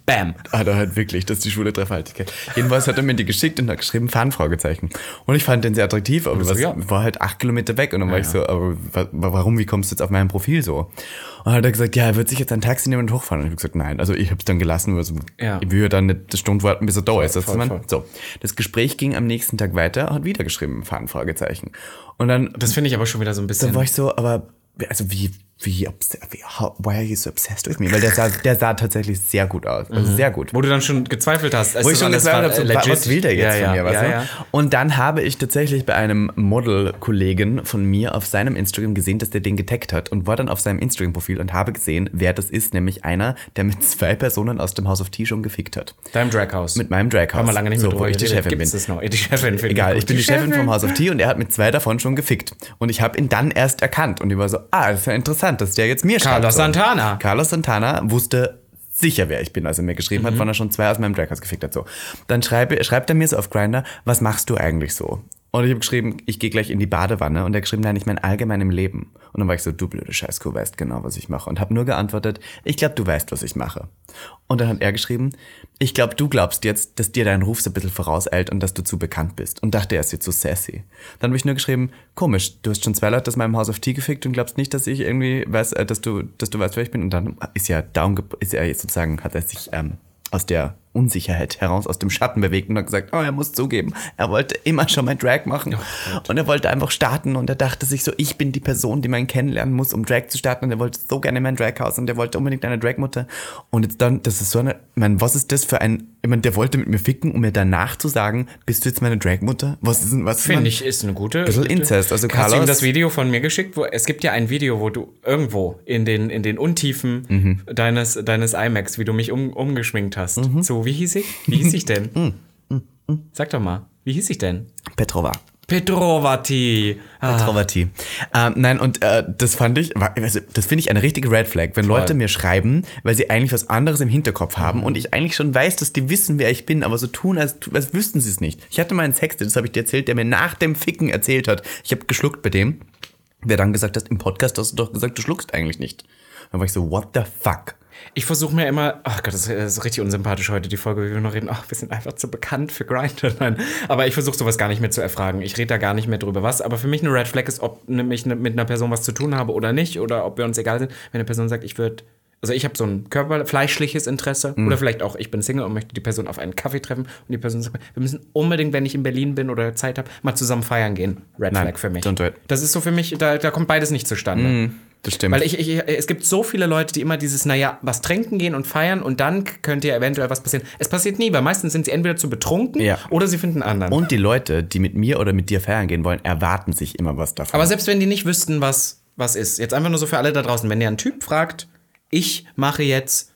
[SPEAKER 1] Bam.
[SPEAKER 2] Hat er halt wirklich, das ist die schwule Dreifaltigkeit. Jedenfalls hat er mir die geschickt und hat geschrieben, Fahnenfragezeichen. Und ich fand den sehr attraktiv, aber was,
[SPEAKER 1] so, ja.
[SPEAKER 2] war halt acht Kilometer weg. Und dann war ich so, aber wa- warum, wie kommst du jetzt auf mein Profil so? Und dann hat er gesagt, ja, er wird sich jetzt ein Taxi nehmen und hochfahren. Und ich habe gesagt, nein. Also ich habe es dann gelassen, weil so,
[SPEAKER 1] Ja.
[SPEAKER 2] ich würde dann nicht eine Stunde warten, bis er da ist. Das
[SPEAKER 1] voll,
[SPEAKER 2] man,
[SPEAKER 1] voll.
[SPEAKER 2] so. Das Gespräch ging am nächsten Tag weiter, hat wieder geschrieben, Fahnenfragezeichen. Und dann
[SPEAKER 1] Das finde ich aber schon wieder so ein bisschen.
[SPEAKER 2] dann war ich so, aber also wie wie, obs- wie how, why are you so obsessed with me? Weil der sah, der sah tatsächlich sehr gut aus,
[SPEAKER 1] Mhm.
[SPEAKER 2] also sehr gut.
[SPEAKER 1] wo du dann schon gezweifelt hast. als
[SPEAKER 2] Wo
[SPEAKER 1] du
[SPEAKER 2] ich schon
[SPEAKER 1] alles
[SPEAKER 2] gesagt
[SPEAKER 1] war,
[SPEAKER 2] habe, so,
[SPEAKER 1] äh, legit.
[SPEAKER 2] was will der jetzt
[SPEAKER 1] ja,
[SPEAKER 2] von
[SPEAKER 1] ja,
[SPEAKER 2] mir? Was,
[SPEAKER 1] ja,
[SPEAKER 2] ne?
[SPEAKER 1] ja.
[SPEAKER 2] Und dann habe ich tatsächlich bei einem Model-Kollegen von mir auf seinem Instagram gesehen, dass der den getaggt hat und war dann auf seinem Instagram-Profil und habe gesehen, wer das ist, nämlich einer, der mit zwei Personen aus dem House of T schon gefickt hat.
[SPEAKER 1] Deinem Draghouse.
[SPEAKER 2] Mit meinem Draghouse.
[SPEAKER 1] Haben wir lange nicht mehr
[SPEAKER 2] so, wo ich die Chefin bin.
[SPEAKER 1] Gibt's das noch? Die Chefin finde
[SPEAKER 2] Egal, ich
[SPEAKER 1] gut.
[SPEAKER 2] bin die Chefin vom House of Tea und er hat mit zwei davon schon gefickt. Und ich habe ihn dann erst erkannt und ich war so, ah, das ist ja interessant, dass der jetzt mir schreibt.
[SPEAKER 1] Carlos
[SPEAKER 2] So.
[SPEAKER 1] Santana.
[SPEAKER 2] Carlos Santana wusste sicher, wer ich bin, als er mir geschrieben hat, wann er schon zwei aus meinem Draghouse gefickt hat. So. Dann schreibe, schreibt er mir so auf Grinder, was machst du eigentlich so? Und ich habe geschrieben, ich gehe gleich in die Badewanne. Und er hat geschrieben, nein, ich meine allgemein im Leben. Und dann war ich so, du blöde Scheißkuh, weißt genau, was ich mache. Und habe nur geantwortet, ich glaube, du weißt, was ich mache. Und dann hat er geschrieben, ich glaube, du glaubst jetzt, dass dir dein Ruf so ein bisschen vorauseilt und dass du zu bekannt bist. Und dachte, er ist jetzt so sassy. Dann habe ich nur geschrieben, komisch, du hast schon zwei Leute aus meinem House of Tea gefickt und glaubst nicht, dass ich irgendwie weiß, äh, dass du, dass du weißt, wer ich bin. Und dann ist ja down, ist er jetzt sozusagen, hat er sich ähm, aus der Unsicherheit heraus, aus dem Schatten bewegt und hat gesagt, oh, er muss zugeben, er wollte immer schon mal Drag machen. und er wollte einfach starten und er dachte sich so, ich bin die Person, die man kennenlernen muss, um Drag zu starten. Und er wollte so gerne mein Draghaus und er wollte unbedingt eine Dragmutter. Und jetzt dann, das ist so eine, ich meine, was ist das für ein, ich meine, der wollte mit mir ficken, um mir danach zu sagen, bist du jetzt meine Dragmutter? Was ist denn, was ist
[SPEAKER 1] Finde
[SPEAKER 2] man-
[SPEAKER 1] ich, ist eine gute.
[SPEAKER 2] Bisschen
[SPEAKER 1] gute-
[SPEAKER 2] Inzest, also
[SPEAKER 1] Hast du ihm
[SPEAKER 2] Carlos-
[SPEAKER 1] das Video von mir geschickt? Wo, es gibt ja ein Video, wo du irgendwo in den, in den Untiefen
[SPEAKER 2] Mhm.
[SPEAKER 1] deines, deines IMAX, wie du mich um, umgeschminkt hast.
[SPEAKER 2] [laughs] Mhm.
[SPEAKER 1] So, wie hieß ich? Wie hieß ich denn? Sag doch mal, wie hieß ich denn?
[SPEAKER 2] Petrova.
[SPEAKER 1] Petrovati. Ah.
[SPEAKER 2] Introverti. Ähm, nein, und äh, das fand ich, war- also, das finde ich eine richtige Red Flag, wenn Leute mir schreiben, weil sie eigentlich was anderes im Hinterkopf
[SPEAKER 1] Mhm.
[SPEAKER 2] haben und ich eigentlich schon weiß, dass die wissen, wer ich bin, aber so tun, als, als wüssten sie es nicht. Ich hatte mal einen Sex, das habe ich dir erzählt, der mir nach dem Ficken erzählt hat. Ich habe geschluckt bei dem, der dann gesagt hat, im Podcast hast du doch gesagt, du schluckst eigentlich nicht. Dann war ich so, what the fuck?
[SPEAKER 1] Ich versuche mir immer, ach Gott, das ist- das ist richtig unsympathisch heute, die Folge, wie wir noch reden. Ach, wir sind einfach zu bekannt für Grindr. Nein, aber ich versuche sowas gar nicht mehr zu erfragen. Ich rede da gar nicht mehr drüber. Was aber für mich eine Red Flag ist, ob ne- ich ne- mit einer Person was zu tun habe oder nicht oder ob wir uns egal sind. Wenn eine Person sagt, ich würde, also ich habe so ein körperfleischliches Interesse
[SPEAKER 2] Mhm.
[SPEAKER 1] oder vielleicht auch, ich bin Single und möchte die Person auf einen Kaffee treffen und die Person sagt, wir müssen unbedingt, wenn ich in Berlin bin oder Zeit habe, mal zusammen feiern gehen. Red
[SPEAKER 2] Nein,
[SPEAKER 1] Flag für mich.
[SPEAKER 2] don't do it. Mhm.
[SPEAKER 1] Das ist so für mich, da, da kommt beides nicht zustande.
[SPEAKER 2] Das stimmt.
[SPEAKER 1] Weil ich, ich, ich, es gibt so viele Leute, die immer dieses, naja, was trinken gehen und feiern und dann k- könnte ja eventuell was passieren. Es passiert nie, weil meistens sind sie entweder zu betrunken
[SPEAKER 2] Ja.
[SPEAKER 1] oder sie finden einen anderen.
[SPEAKER 2] und die Leute, die mit mir oder mit dir feiern gehen wollen, erwarten sich immer was davon.
[SPEAKER 1] Aber selbst wenn die nicht wüssten, was, was ist, jetzt einfach nur so für alle da draußen, wenn dir ein Typ fragt, ich mache jetzt,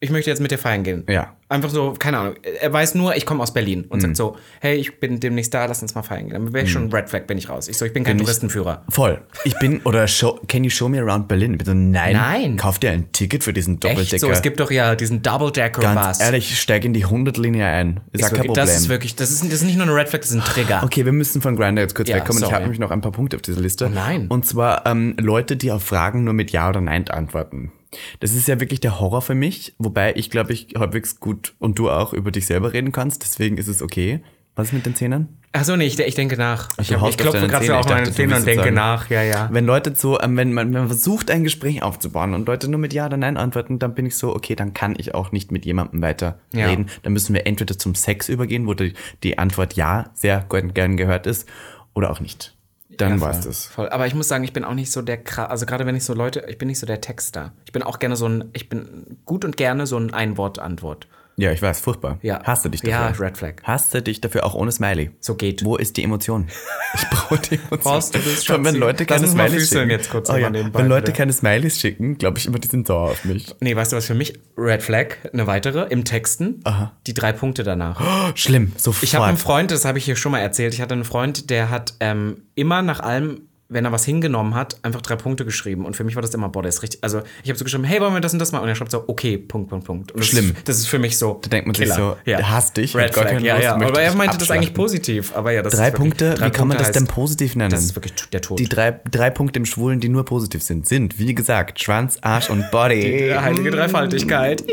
[SPEAKER 1] ich möchte jetzt mit dir feiern gehen.
[SPEAKER 2] Ja. Mhm.
[SPEAKER 1] Einfach so, keine Ahnung. Er weiß nur, ich komme aus Berlin und sagt so, hey, ich bin demnächst da, lass uns mal feiern gehen. Dann wäre ich schon Red Flag, bin ich raus. Ich so, ich bin kein
[SPEAKER 2] Bin ich-
[SPEAKER 1] Touristenführer.
[SPEAKER 2] Voll. Ich bin, oder show, can you show me around Berlin? Bitte nein.
[SPEAKER 1] Nein.
[SPEAKER 2] Kauf dir ein Ticket für diesen Doppeldecker.
[SPEAKER 1] Echt so, es gibt doch ja diesen Double-Decker
[SPEAKER 2] Ganz
[SPEAKER 1] was.
[SPEAKER 2] ehrlich, steig in die 100-Linie ein. Ist, ja
[SPEAKER 1] Ist
[SPEAKER 2] kein
[SPEAKER 1] wirklich,
[SPEAKER 2] Problem.
[SPEAKER 1] das ist wirklich, das ist, das ist nicht nur eine Red Flag, das ist ein Trigger.
[SPEAKER 2] Okay, wir müssen von Grindr jetzt kurz
[SPEAKER 1] Ja,
[SPEAKER 2] wegkommen. Ich
[SPEAKER 1] sorry.
[SPEAKER 2] habe nämlich noch ein paar Punkte auf dieser Liste.
[SPEAKER 1] Oh nein.
[SPEAKER 2] Und zwar ähm, Leute, die auf Fragen nur mit Ja oder Nein antworten. Das ist ja wirklich der Horror für mich, wobei ich glaube, ich halbwegs gut und du auch über dich selber reden kannst, deswegen ist es okay. Was ist mit den Zehnern?
[SPEAKER 1] Achso, nee, ich, ich denke nach. Ich,
[SPEAKER 2] du
[SPEAKER 1] hab,
[SPEAKER 2] haust
[SPEAKER 1] ich
[SPEAKER 2] auf
[SPEAKER 1] klopfe
[SPEAKER 2] deine
[SPEAKER 1] gerade so
[SPEAKER 2] Zähne.
[SPEAKER 1] auf
[SPEAKER 2] Ich dachte,
[SPEAKER 1] meine
[SPEAKER 2] du
[SPEAKER 1] Zähne
[SPEAKER 2] willst
[SPEAKER 1] und
[SPEAKER 2] jetzt
[SPEAKER 1] denke
[SPEAKER 2] sagen-
[SPEAKER 1] nach, ja, ja.
[SPEAKER 2] Wenn Leute so, ähm, wenn man, wenn man versucht, ein Gespräch aufzubauen und Leute nur mit Ja oder Nein antworten, dann bin ich so, okay, dann kann ich auch nicht mit jemandem weiter
[SPEAKER 1] Ja.
[SPEAKER 2] reden. Dann müssen wir entweder zum Sex übergehen, wo die, die Antwort Ja sehr gern, gern gehört ist, oder auch nicht. Dann
[SPEAKER 1] Ja,
[SPEAKER 2] war es
[SPEAKER 1] voll,
[SPEAKER 2] das.
[SPEAKER 1] Voll. Aber ich muss sagen, ich bin auch nicht so der, Kra- also gerade wenn ich so Leute, ich bin nicht so der Texter. Ich bin auch gerne so ein, ich bin gut und gerne so ein Einwort-Antwort.
[SPEAKER 2] Ja, ich weiß, furchtbar.
[SPEAKER 1] Ja.
[SPEAKER 2] Hasse dich
[SPEAKER 1] Ja,
[SPEAKER 2] dafür.
[SPEAKER 1] Red Flag.
[SPEAKER 2] Hasse dich dafür auch ohne Smiley.
[SPEAKER 1] So geht.
[SPEAKER 2] Wo ist die Emotion?
[SPEAKER 1] [laughs]
[SPEAKER 2] Ich brauche die Emotion.
[SPEAKER 1] Brauchst du das,
[SPEAKER 2] Schon, wenn
[SPEAKER 1] Schatzi?
[SPEAKER 2] Leute
[SPEAKER 1] Lass
[SPEAKER 2] keine
[SPEAKER 1] uns mal
[SPEAKER 2] Smileys
[SPEAKER 1] füßeln
[SPEAKER 2] schicken.
[SPEAKER 1] jetzt kurz
[SPEAKER 2] oh,
[SPEAKER 1] immer
[SPEAKER 2] ja.
[SPEAKER 1] nebenbei
[SPEAKER 2] Wenn Leute
[SPEAKER 1] wieder.
[SPEAKER 2] keine Smileys schicken, glaube ich immer, die sind sauer auf mich.
[SPEAKER 1] Nee, weißt du, was für mich Red Flag, eine weitere, im Texten, die drei Punkte danach.
[SPEAKER 2] Schlimm, sofort.
[SPEAKER 1] Ich habe einen Freund, das habe ich hier schon mal erzählt. Ich hatte einen Freund, der hat ähm, immer nach allem, wenn er was hingenommen hat, einfach drei Punkte geschrieben. Und für mich war das immer, boah, der ist richtig. Also ich habe so geschrieben, hey, wollen wir das und das mal? Und er schreibt so, okay, Punkt, Punkt, Punkt. Und das
[SPEAKER 2] Schlimm.
[SPEAKER 1] Ist, das ist für mich so. Da
[SPEAKER 2] denkt man sich so, der hasst dich, hat
[SPEAKER 1] Red
[SPEAKER 2] gar
[SPEAKER 1] Flag,
[SPEAKER 2] keine
[SPEAKER 1] ja,
[SPEAKER 2] Lust,
[SPEAKER 1] ja.
[SPEAKER 2] möchte
[SPEAKER 1] Aber er
[SPEAKER 2] dich
[SPEAKER 1] meinte das eigentlich
[SPEAKER 2] abschlachten.
[SPEAKER 1] positiv. Aber ja, das
[SPEAKER 2] Drei
[SPEAKER 1] ist wirklich-
[SPEAKER 2] Punkte,
[SPEAKER 1] drei
[SPEAKER 2] wie kann man
[SPEAKER 1] Punkte
[SPEAKER 2] das denn
[SPEAKER 1] heißt,
[SPEAKER 2] positiv nennen?
[SPEAKER 1] Das ist wirklich t- der Tod.
[SPEAKER 2] Die drei, drei Punkte im Schwulen, die nur positiv sind, sind, wie gesagt, Schwanz, Arsch
[SPEAKER 1] [laughs]
[SPEAKER 2] und Body.
[SPEAKER 1] Ja, heilige Dreifaltigkeit.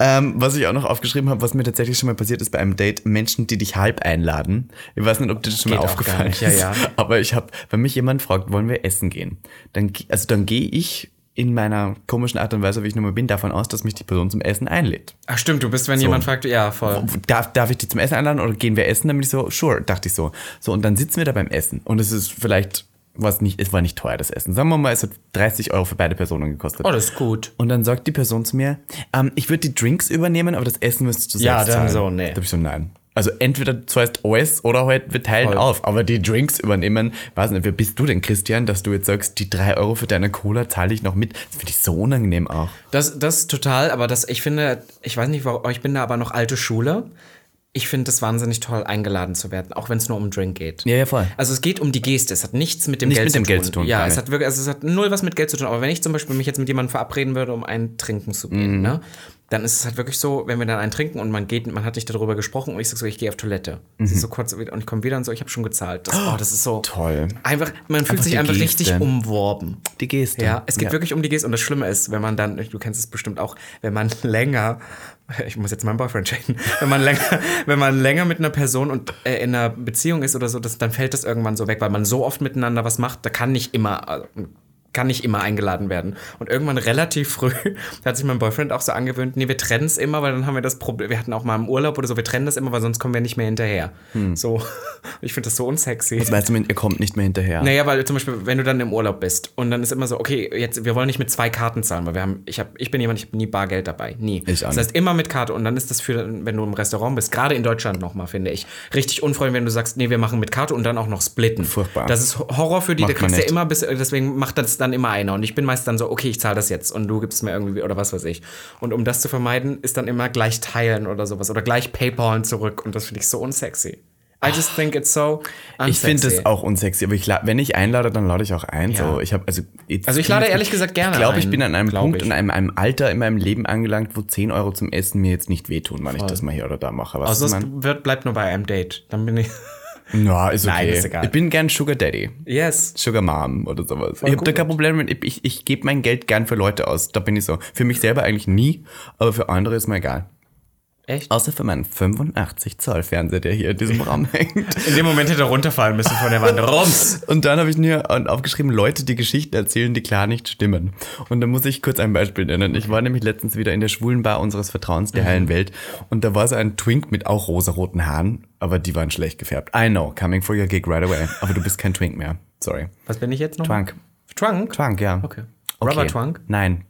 [SPEAKER 2] ähm, was ich auch noch aufgeschrieben habe, was mir tatsächlich schon mal passiert ist bei einem Date, Menschen, die dich halb einladen. Ich weiß nicht, ob dir das schon mal
[SPEAKER 1] Geht auch gar
[SPEAKER 2] aufgefallen
[SPEAKER 1] nicht,
[SPEAKER 2] ist.
[SPEAKER 1] ja, ja.
[SPEAKER 2] Aber ich habe, wenn mich jemand fragt, wollen wir essen gehen, dann, ge- also dann gehe ich in meiner komischen Art und Weise, wie ich nun mal bin, davon aus, dass mich die Person zum Essen einlädt.
[SPEAKER 1] Ach stimmt, du bist, wenn jemand fragt, ja, voll.
[SPEAKER 2] darf, darf ich dich zum Essen einladen oder gehen wir essen? Dann bin ich so, sure, dachte ich so. So, und dann sitzen wir da beim Essen. Und es ist vielleicht, was nicht, es war nicht teuer, das Essen. Sagen wir mal, es hat 30 Euro für beide Personen gekostet.
[SPEAKER 1] Oh, das ist gut.
[SPEAKER 2] und dann sagt die Person zu mir, ähm, ich würde die Drinks übernehmen, aber das Essen müsstest du
[SPEAKER 1] Ja,
[SPEAKER 2] selbst
[SPEAKER 1] dann so,
[SPEAKER 2] zahlen.
[SPEAKER 1] nee.
[SPEAKER 2] Da hab ich so, nein. Also entweder du zahlst alles oder heute wir teilen
[SPEAKER 1] Voll.
[SPEAKER 2] auf, aber die Drinks übernehmen, weiß nicht, wer bist du denn, Christian, dass du jetzt sagst, die 3 Euro für deine Cola zahle ich noch mit. Das finde ich so unangenehm auch.
[SPEAKER 1] Das, das total, aber das, ich finde, ich weiß nicht, warum, ich bin da aber noch alte Schule. Ich finde es wahnsinnig toll, eingeladen zu werden, auch wenn es nur um einen Drink geht.
[SPEAKER 2] Ja, ja, voll.
[SPEAKER 1] Also es geht um die Geste, es hat nichts mit dem,
[SPEAKER 2] Nicht
[SPEAKER 1] Geld,
[SPEAKER 2] mit
[SPEAKER 1] zu
[SPEAKER 2] dem
[SPEAKER 1] tun.
[SPEAKER 2] Geld zu tun,
[SPEAKER 1] Ja,
[SPEAKER 2] gar
[SPEAKER 1] es
[SPEAKER 2] nicht.
[SPEAKER 1] hat wirklich, also es hat null was mit Geld zu tun. Aber wenn ich zum Beispiel mich jetzt mit jemandem verabreden würde, um einen trinken zu
[SPEAKER 2] Mhm.
[SPEAKER 1] gehen, ne, dann ist es halt wirklich so, wenn wir dann einen trinken und man geht, man hat nicht darüber gesprochen und ich sag so, ich gehe auf Toilette. Das ist so kurz und ich komme wieder und so, ich habe schon gezahlt. Das, oh, das ist so
[SPEAKER 2] Mhm. Toll.
[SPEAKER 1] Einfach, man fühlt
[SPEAKER 2] Einfach
[SPEAKER 1] sich
[SPEAKER 2] die
[SPEAKER 1] einfach
[SPEAKER 2] Geste.
[SPEAKER 1] richtig umworben.
[SPEAKER 2] Die Geste.
[SPEAKER 1] Ja, es geht wirklich um die Geste. Und das Schlimme ist, wenn man dann, du kennst es bestimmt auch, wenn man länger, ich muss jetzt meinen Boyfriend chaten, wenn man länger, [laughs] wenn man länger mit einer Person und äh, in einer Beziehung ist oder so, das, dann fällt das irgendwann so weg, weil man so oft miteinander was macht, da kann nicht immer. Also, kann nicht immer eingeladen werden. Und irgendwann relativ früh [laughs] hat sich mein Boyfriend auch so angewöhnt, nee, wir trennen es immer, weil dann haben wir das Problem, wir hatten auch mal im Urlaub oder so, wir trennen das immer, weil sonst kommen wir nicht mehr hinterher. So, [laughs] ich finde das so unsexy.
[SPEAKER 2] Das weißt du, ihr kommt nicht mehr hinterher.
[SPEAKER 1] Naja, weil zum Beispiel, wenn du dann im Urlaub bist und dann ist immer so, okay, jetzt wir wollen nicht mit zwei Karten zahlen, weil wir haben, ich hab, ich bin jemand, ich habe nie Bargeld dabei, nie.
[SPEAKER 2] Ich auch
[SPEAKER 1] das heißt immer mit Karte und dann ist das für, wenn du im Restaurant bist, gerade in Deutschland nochmal, finde ich, richtig unfreundlich, wenn du sagst, nee, wir machen mit Karte und dann auch noch splitten.
[SPEAKER 2] Furchtbar.
[SPEAKER 1] Das ist Horror für die,
[SPEAKER 2] Macht
[SPEAKER 1] da
[SPEAKER 2] man
[SPEAKER 1] kriegst du ja
[SPEAKER 2] nicht.
[SPEAKER 1] immer bis, deswegen macht das dann immer einer und ich bin meist dann so, okay, ich zahle das jetzt und du gibst mir irgendwie oder was weiß ich. Und um das zu vermeiden, ist dann immer gleich teilen oder sowas oder gleich PayPalen zurück und das finde ich so unsexy. I just think it's so unsexy.
[SPEAKER 2] Ich finde es auch unsexy, aber ich, la- wenn ich einlade, dann lade ich auch ein. So, ich habe also,
[SPEAKER 1] Also ich lade ehrlich gesagt gerne
[SPEAKER 2] Ich glaube, ich
[SPEAKER 1] ein,
[SPEAKER 2] bin an einem
[SPEAKER 1] glaub
[SPEAKER 2] Punkt
[SPEAKER 1] ich.
[SPEAKER 2] und einem, einem Alter in meinem Leben angelangt, wo 10 Euro zum Essen mir jetzt nicht wehtun, wenn ich das mal hier oder da mache. Was
[SPEAKER 1] Also
[SPEAKER 2] also
[SPEAKER 1] es
[SPEAKER 2] man?
[SPEAKER 1] wird, bleibt nur bei einem Date. Dann
[SPEAKER 2] [laughs]
[SPEAKER 1] bin ich.
[SPEAKER 2] Ja, ist okay.
[SPEAKER 1] Nein, ist egal.
[SPEAKER 2] Ich bin gern Sugar Daddy.
[SPEAKER 1] Yes.
[SPEAKER 2] Sugar Mom oder sowas. ich habe da
[SPEAKER 1] gut.
[SPEAKER 2] kein Problem mit. Ich, ich, ich gebe mein Geld gern für Leute aus. Da bin ich so. Für mich selber eigentlich nie, aber für andere ist mir egal.
[SPEAKER 1] Echt?
[SPEAKER 2] Außer für meinen 85 Zoll Fernseher, der hier
[SPEAKER 1] [laughs]
[SPEAKER 2] in diesem Raum hängt.
[SPEAKER 1] In dem Moment hätte er runterfallen müssen von der
[SPEAKER 2] [laughs]
[SPEAKER 1] Wand. Rums!
[SPEAKER 2] Und dann habe ich mir aufgeschrieben, Leute, die Geschichten erzählen, die klar nicht stimmen. Und da muss ich kurz ein Beispiel nennen. Ich war nämlich letztens wieder in der schwulen Bar unseres Vertrauens,
[SPEAKER 1] Mhm.
[SPEAKER 2] der heilen Welt. Und da war so ein Twink mit auch rosaroten Haaren, aber die waren schlecht gefärbt. I know, coming for your gig right away. Aber du bist kein Twink mehr. Sorry.
[SPEAKER 1] Was bin ich jetzt noch?
[SPEAKER 2] Twunk.
[SPEAKER 1] Trunk?
[SPEAKER 2] Twunk, ja.
[SPEAKER 1] Okay. Rubber Twunk?
[SPEAKER 2] Nein.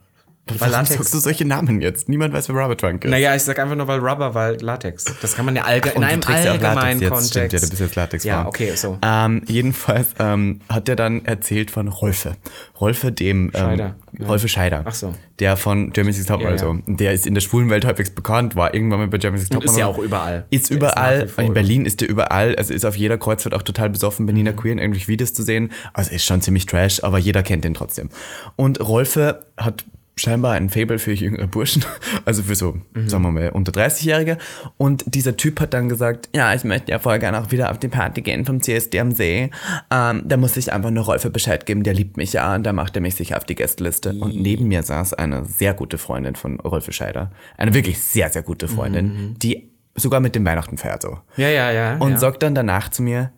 [SPEAKER 2] Warum
[SPEAKER 1] Latex.
[SPEAKER 2] sagst du solche Namen jetzt? Niemand weiß, wer Rubber Twunk ist.
[SPEAKER 1] Naja, ich sag einfach nur, weil Rubber, weil Latex. Das kann man ja allge
[SPEAKER 2] Und
[SPEAKER 1] in einem
[SPEAKER 2] du trägst ja auch
[SPEAKER 1] allgemeinen
[SPEAKER 2] Latex jetzt,
[SPEAKER 1] Kontext.
[SPEAKER 2] Stimmt, ja, du bist jetzt Latex
[SPEAKER 1] Ja, okay, so.
[SPEAKER 2] Ähm, jedenfalls ähm, hat er dann erzählt von Rolfe. Rolfe, dem ähm,
[SPEAKER 1] Scheider. Ja.
[SPEAKER 2] Rolfe Scheider.
[SPEAKER 1] Ach so.
[SPEAKER 2] Der von Germany's Next Topmodel.
[SPEAKER 1] Ja, ja.
[SPEAKER 2] so. Der ist in der schwulen Welt halbwegs bekannt, war irgendwann mal bei Germany's Next Topmodel.
[SPEAKER 1] ist ja auch überall.
[SPEAKER 2] Ist
[SPEAKER 1] Der ist
[SPEAKER 2] überall.
[SPEAKER 1] nach wie vor
[SPEAKER 2] in Berlin ist der überall. Also ist auf jeder Kreuzfahrt auch total besoffen, Berliner Queer in irgendwelchen Videos zu sehen. Also ist schon ziemlich trash, aber jeder kennt den trotzdem. Und Rolfe hat scheinbar ein Fable für jüngere Burschen, [laughs] also für so, sagen wir mal, unter 30-Jährige. Und dieser Typ hat dann gesagt, ja, ich möchte ja voll gerne auch wieder auf die Party gehen vom CSD am See. Ähm, da muss ich einfach nur Rolfe Bescheid geben, der liebt mich ja und da macht er mich sicher auf die Gästeliste. Und neben mir saß eine sehr gute Freundin von Rolfe Scheider, eine wirklich sehr, sehr gute Freundin, die sogar mit dem Weihnachten feiert so.
[SPEAKER 1] Ja, ja, ja.
[SPEAKER 2] Und
[SPEAKER 1] ja.
[SPEAKER 2] sagt dann danach zu mir,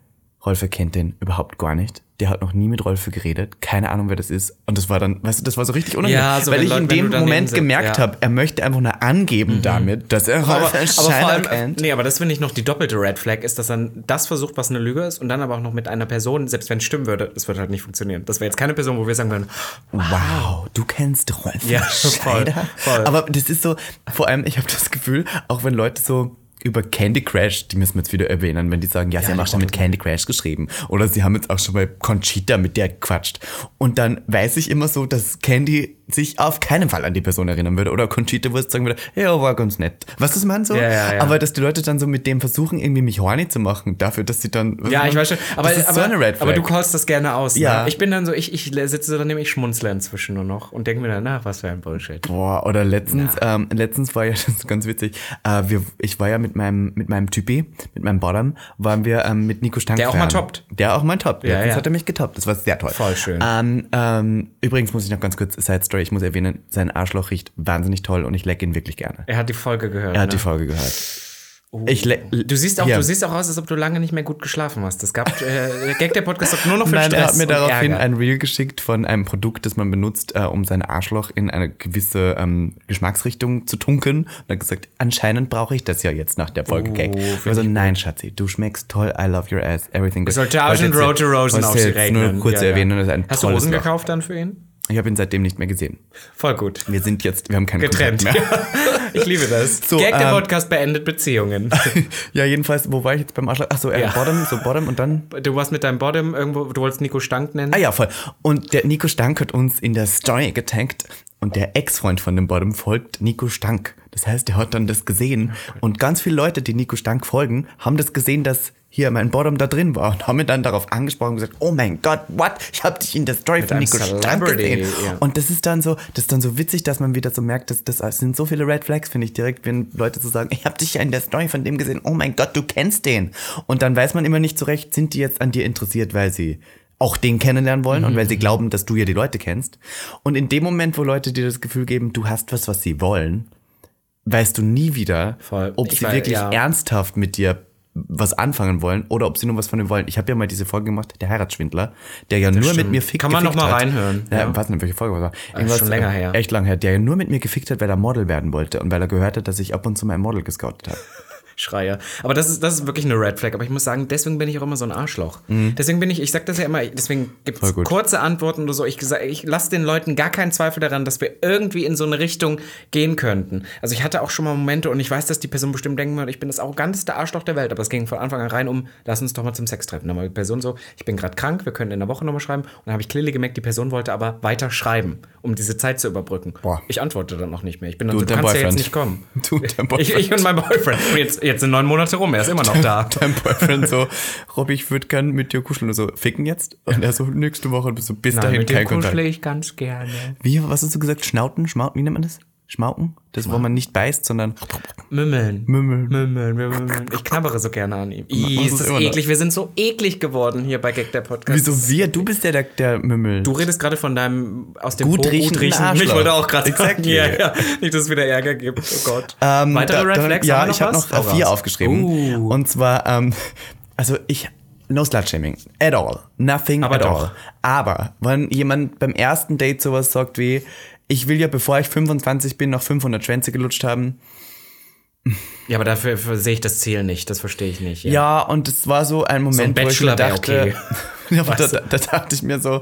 [SPEAKER 2] Rolfe kennt den überhaupt gar nicht. Der hat noch nie mit Rolfe geredet. Keine Ahnung, wer das ist. Und das war dann, weißt du, das war so richtig unangenehm.
[SPEAKER 1] Ja, so
[SPEAKER 2] weil
[SPEAKER 1] wenn
[SPEAKER 2] ich
[SPEAKER 1] Leute-
[SPEAKER 2] in
[SPEAKER 1] wenn
[SPEAKER 2] dem
[SPEAKER 1] du daneben
[SPEAKER 2] Moment
[SPEAKER 1] sitzt,
[SPEAKER 2] gemerkt
[SPEAKER 1] ja. Mhm.
[SPEAKER 2] habe, er möchte einfach nur angeben damit, dass er
[SPEAKER 1] aber,
[SPEAKER 2] Rolfe
[SPEAKER 1] aber vor
[SPEAKER 2] Scheider
[SPEAKER 1] allem,
[SPEAKER 2] kennt.
[SPEAKER 1] nee, aber das finde ich noch die doppelte Red Flag, ist, dass dann das versucht, was eine Lüge ist, und dann aber auch noch mit einer Person, selbst wenn es stimmen würde, das würde halt nicht funktionieren. Das wäre jetzt keine Person, wo wir sagen würden,
[SPEAKER 2] Wow, du kennst Rolf
[SPEAKER 1] Ja,
[SPEAKER 2] Schneider.
[SPEAKER 1] voll, voll.
[SPEAKER 2] Aber das ist so, vor allem, ich habe das Gefühl, auch wenn Leute so über Candy Crash, die müssen wir jetzt wieder erwähnen, wenn die sagen, ja, sie haben auch schon mit Candy Crash geschrieben oder sie haben jetzt auch schon bei Conchita mit der gequatscht. Und dann weiß ich immer so, dass Candy sich auf keinen Fall an die Person erinnern würde oder Conchita würde sagen würde, ja, war ganz nett. Was das man so?
[SPEAKER 1] Ja, ja, ja.
[SPEAKER 2] Aber dass die Leute dann so mit dem versuchen, irgendwie mich horny zu machen, dafür, dass sie dann...
[SPEAKER 1] Ja, ich weiß schon. Aber,
[SPEAKER 2] Mhm. das ist
[SPEAKER 1] aber,
[SPEAKER 2] so eine Red Flag.
[SPEAKER 1] aber du callst das gerne aus.
[SPEAKER 2] Ja.
[SPEAKER 1] Ne? Ich bin dann so, ich, ich sitze so daneben, ich schmunzle inzwischen nur noch und denke mir danach, was für ein Bullshit.
[SPEAKER 2] Boah, oder letztens, ähm, letztens war ja [laughs] das ist ganz witzig. Äh, wir, ich war ja mit meinem, mit meinem Typi, mit meinem Bottom, waren wir ähm, mit Nico Stank.
[SPEAKER 1] Der auch mal
[SPEAKER 2] feiern.
[SPEAKER 1] toppt.
[SPEAKER 2] Der auch mal toppt.
[SPEAKER 1] Ja,
[SPEAKER 2] letztens
[SPEAKER 1] ja.
[SPEAKER 2] hat er mich getoppt. Das war sehr toll.
[SPEAKER 1] Voll schön.
[SPEAKER 2] Ähm, ähm, übrigens muss ich noch ganz kurz Side Story. Ich muss erwähnen, sein Arschloch riecht wahnsinnig toll und ich leck ihn wirklich gerne.
[SPEAKER 1] Er hat die Folge gehört.
[SPEAKER 2] Er hat die
[SPEAKER 1] ne?
[SPEAKER 2] Folge gehört. Ich leck-
[SPEAKER 1] Oh. Du siehst auch,
[SPEAKER 2] Hier.
[SPEAKER 1] du siehst auch aus, als ob du lange nicht mehr gut geschlafen hast. Es gab äh, der Gag der Podcast sagt nur noch für
[SPEAKER 2] Nein,
[SPEAKER 1] Stress
[SPEAKER 2] er hat mir
[SPEAKER 1] und
[SPEAKER 2] daraufhin
[SPEAKER 1] Ärger.
[SPEAKER 2] ein Reel geschickt von einem Produkt, das man benutzt, äh, um sein Arschloch in eine gewisse ähm, Geschmacksrichtung zu tunken. Und er hat gesagt, anscheinend brauche ich das ja jetzt nach der Folge Gag.
[SPEAKER 1] Oh,
[SPEAKER 2] Also nein, Schatzi, du schmeckst toll, I love your ass, everything. good."
[SPEAKER 1] Es sollte Argent
[SPEAKER 2] Wollte
[SPEAKER 1] Road
[SPEAKER 2] jetzt-
[SPEAKER 1] to Rosen
[SPEAKER 2] wollte
[SPEAKER 1] auf sie
[SPEAKER 2] jetzt
[SPEAKER 1] regnen.
[SPEAKER 2] Nur kurz
[SPEAKER 1] Ja, ja.
[SPEAKER 2] erwähnen, das ist ein
[SPEAKER 1] Hast du
[SPEAKER 2] tolles
[SPEAKER 1] Rosen
[SPEAKER 2] Loch.
[SPEAKER 1] gekauft dann für ihn?
[SPEAKER 2] Ich habe ihn seitdem nicht mehr gesehen.
[SPEAKER 1] Voll gut.
[SPEAKER 2] Wir sind jetzt, wir haben keinen
[SPEAKER 1] Getrennt.
[SPEAKER 2] Kontakt [laughs] mehr.
[SPEAKER 1] [laughs] ich liebe das.
[SPEAKER 2] So,
[SPEAKER 1] Gag der
[SPEAKER 2] ähm,
[SPEAKER 1] Podcast beendet Beziehungen.
[SPEAKER 2] ja, jedenfalls, wo war ich jetzt beim Arschloch? Ach so, äh,
[SPEAKER 1] Ja.
[SPEAKER 2] Bottom, so Bottom und dann
[SPEAKER 1] Du warst mit deinem Bottom irgendwo, du wolltest Nico Stank nennen.
[SPEAKER 2] Ah ja, voll. Und der Nico Stank hat uns in der Story getaggt und der Ex-Freund von dem Bottom folgt Nico Stank. Das heißt, er hat dann das gesehen und ganz viele Leute, die Nico Stank folgen, haben das gesehen, dass hier mein Bottom da drin war und haben ihn dann darauf angesprochen und gesagt, oh mein Gott, what? Ich habe dich in der Story von
[SPEAKER 1] einem
[SPEAKER 2] Nico Stank
[SPEAKER 1] Celebrity,
[SPEAKER 2] gesehen.
[SPEAKER 1] ja.
[SPEAKER 2] Und das ist dann so, das ist dann so witzig, dass man wieder so merkt, dass das sind so viele Red Flags, finde ich direkt, wenn Leute so sagen, ich habe dich ja in der Story von dem gesehen. Oh mein Gott, du kennst den. Und dann weiß man immer nicht zurecht, sind die jetzt an dir interessiert, weil sie auch den kennenlernen wollen und
[SPEAKER 1] Mhm.
[SPEAKER 2] weil sie glauben, dass du ja die Leute kennst. Und in dem Moment, wo Leute dir das Gefühl geben, du hast was, was sie wollen, weißt du nie wieder,
[SPEAKER 1] Voll.
[SPEAKER 2] ob
[SPEAKER 1] Ich
[SPEAKER 2] sie
[SPEAKER 1] weiß,
[SPEAKER 2] wirklich
[SPEAKER 1] ja.
[SPEAKER 2] ernsthaft mit dir was anfangen wollen oder ob sie nur was von dir wollen. Ich habe ja mal diese Folge gemacht, der Heiratsschwindler, der ja nur mit
[SPEAKER 1] stimmt.
[SPEAKER 2] mir fickt.
[SPEAKER 1] Kann man noch
[SPEAKER 2] gefickt
[SPEAKER 1] mal
[SPEAKER 2] hat.
[SPEAKER 1] reinhören,
[SPEAKER 2] Ja,
[SPEAKER 1] ja.
[SPEAKER 2] weiß nicht, welche Folge war. das? Irgendwas, äh,
[SPEAKER 1] schon länger her.
[SPEAKER 2] Echt lang her. Der ja nur mit mir gefickt hat, weil er Model werden wollte und weil er gehört hat, dass ich ab und zu mal ein Model gescoutet habe.
[SPEAKER 1] Schreie. Aber das ist, das ist wirklich eine Red Flag. Aber ich muss sagen, deswegen bin ich auch immer so ein Arschloch. Deswegen bin ich, ich sag das ja immer, deswegen gibt
[SPEAKER 2] Mhm. Voll
[SPEAKER 1] es
[SPEAKER 2] gut.
[SPEAKER 1] kurze Antworten oder so. Ich, gesa- ich lasse den Leuten gar keinen Zweifel daran, dass wir irgendwie in so eine Richtung gehen könnten. Also ich hatte auch schon mal Momente und ich weiß, dass die Person bestimmt denken wird, ich bin das arroganteste Arschloch der Welt. Aber es ging von Anfang an rein um, lass uns doch mal zum Sex treffen. Dann war die Person so, ich bin gerade krank, wir können in der Woche nochmal schreiben. Und dann habe ich clearly gemerkt, die Person wollte aber weiter schreiben, um diese Zeit zu überbrücken.
[SPEAKER 2] Boah.
[SPEAKER 1] Ich antworte dann auch nicht mehr. Ich bin dann
[SPEAKER 2] Du
[SPEAKER 1] so,
[SPEAKER 2] und
[SPEAKER 1] du
[SPEAKER 2] dein
[SPEAKER 1] kannst ja
[SPEAKER 2] Boyfriend.
[SPEAKER 1] jetzt nicht kommen.
[SPEAKER 2] [laughs] Du und dein
[SPEAKER 1] ich, ich und mein Boyfriend. Und jetzt, jetzt sind neun Monate rum, er ist immer noch [laughs] da.
[SPEAKER 2] [laughs] Dein Boyfriend so, Rob, ich würde gern mit dir kuscheln. Und so, ficken jetzt? Und er so, nächste Woche. Und so, bis dahin kein Kontakt.
[SPEAKER 1] ich ganz gerne.
[SPEAKER 2] Wie, was hast du gesagt? Schnauten? Schmauten? Wie nennt man das? Schmauken? Das, wo man nicht beißt, sondern
[SPEAKER 1] Mümmeln.
[SPEAKER 2] Mümmeln.
[SPEAKER 1] Mümmeln, wir mümmeln. Ich knabbere so gerne an ihm. Ih,
[SPEAKER 2] machst
[SPEAKER 1] ist
[SPEAKER 2] du
[SPEAKER 1] das
[SPEAKER 2] immer noch.
[SPEAKER 1] eklig. Wir sind so eklig geworden hier bei Gag der Podcast.
[SPEAKER 2] Wieso wir? Du bist ja der, der Mümmel.
[SPEAKER 1] Du redest gerade von deinem aus dem
[SPEAKER 2] Gut
[SPEAKER 1] Po-
[SPEAKER 2] riechenden
[SPEAKER 1] Ich
[SPEAKER 2] Arschloch.
[SPEAKER 1] wollte auch gerade sagen,
[SPEAKER 2] Exactly.
[SPEAKER 1] ja, ja. nicht, dass es wieder Ärger gibt. Oh Gott.
[SPEAKER 2] Ähm,
[SPEAKER 1] Weitere
[SPEAKER 2] da-
[SPEAKER 1] Red
[SPEAKER 2] da-
[SPEAKER 1] Flags?
[SPEAKER 2] Ja,
[SPEAKER 1] Haben wir
[SPEAKER 2] ich habe
[SPEAKER 1] was?
[SPEAKER 2] noch
[SPEAKER 1] Hau
[SPEAKER 2] äh, vier
[SPEAKER 1] raus.
[SPEAKER 2] aufgeschrieben.
[SPEAKER 1] Uh.
[SPEAKER 2] Und zwar, ähm, also ich, no slut shaming. At all. Nothing
[SPEAKER 1] Aber
[SPEAKER 2] at
[SPEAKER 1] doch.
[SPEAKER 2] all. Aber, wenn jemand beim ersten Date sowas sagt wie, ich will ja, bevor ich 25 bin, noch 500 Schwänze gelutscht haben.
[SPEAKER 1] Ja, aber dafür für- sehe ich das Ziel nicht. Das verstehe ich nicht.
[SPEAKER 2] Ja, und es war so ein Moment, wo ich mir
[SPEAKER 1] Bachelor wär
[SPEAKER 2] dachte, [laughs] ja, aber da,
[SPEAKER 1] Weißt
[SPEAKER 2] da, da dachte ich mir so,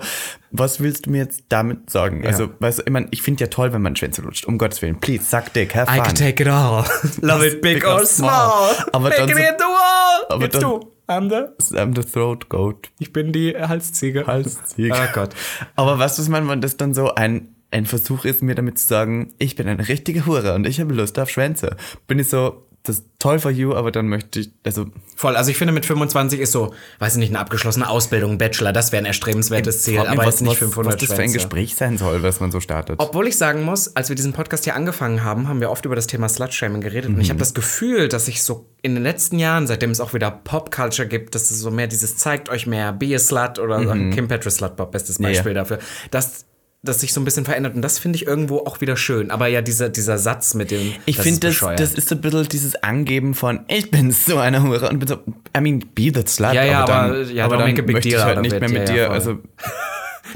[SPEAKER 2] was willst du mir jetzt damit sagen? Also, weißt du, ich, mein, ich finde ja toll, wenn man Schwänze lutscht. Um Gottes Willen, please, suck dick, have fun.
[SPEAKER 1] I can take it all. [laughs] Love it big,
[SPEAKER 2] Big
[SPEAKER 1] or
[SPEAKER 2] or
[SPEAKER 1] small.
[SPEAKER 2] small. Aber
[SPEAKER 1] Make
[SPEAKER 2] dann
[SPEAKER 1] it
[SPEAKER 2] so-
[SPEAKER 1] in the wall.
[SPEAKER 2] aber
[SPEAKER 1] Jetzt
[SPEAKER 2] dann-
[SPEAKER 1] du. I'm the,
[SPEAKER 2] I'm ähm, the throat goat.
[SPEAKER 1] ich bin die Halsziege.
[SPEAKER 2] Halsziege.
[SPEAKER 1] Oh Gott.
[SPEAKER 2] Aber was ist man, wenn das dann so ein, ein Versuch ist, mir damit zu sagen, ich bin eine richtige Hure und ich habe Lust auf Schwänze? Bin ich so, das ist toll for you, aber dann möchte ich, also
[SPEAKER 1] Voll, also ich finde mit 25 ist so, weiß ich nicht, eine abgeschlossene Ausbildung, ein Bachelor, das wäre ein erstrebenswertes Ziel,
[SPEAKER 2] frag mich,
[SPEAKER 1] aber jetzt nicht
[SPEAKER 2] was
[SPEAKER 1] 500
[SPEAKER 2] das für ein
[SPEAKER 1] Schwänze.
[SPEAKER 2] Gespräch sein soll, was man so startet.
[SPEAKER 1] Obwohl ich sagen muss, als wir diesen Podcast hier angefangen haben, haben wir oft über das Thema Slutshaming geredet. Und ich
[SPEAKER 2] Mhm.
[SPEAKER 1] habe das Gefühl, dass ich so in den letzten Jahren, seitdem es auch wieder Pop-Culture gibt, dass es so mehr dieses zeigt euch mehr, be a slut oder
[SPEAKER 2] Mhm.
[SPEAKER 1] Kim Petras Slutpop, bestes Beispiel dafür, dass das sich so ein bisschen verändert. Und das finde ich irgendwo auch wieder schön. Aber ja, dieser, dieser Satz mit dem,
[SPEAKER 2] ich
[SPEAKER 1] das
[SPEAKER 2] finde,
[SPEAKER 1] ist
[SPEAKER 2] das,
[SPEAKER 1] bescheuert.
[SPEAKER 2] das ist so ein bisschen dieses Angeben von, ich bin so eine Hure und bin so, I mean, be the slut.
[SPEAKER 1] Ja, ja,
[SPEAKER 2] aber,
[SPEAKER 1] aber-
[SPEAKER 2] dann,
[SPEAKER 1] ja,
[SPEAKER 2] aber
[SPEAKER 1] don't
[SPEAKER 2] dann
[SPEAKER 1] make a big
[SPEAKER 2] möchte ich
[SPEAKER 1] deal
[SPEAKER 2] halt
[SPEAKER 1] out of
[SPEAKER 2] nicht
[SPEAKER 1] it.
[SPEAKER 2] mehr mit
[SPEAKER 1] Ja,
[SPEAKER 2] dir,
[SPEAKER 1] ja, voll.
[SPEAKER 2] also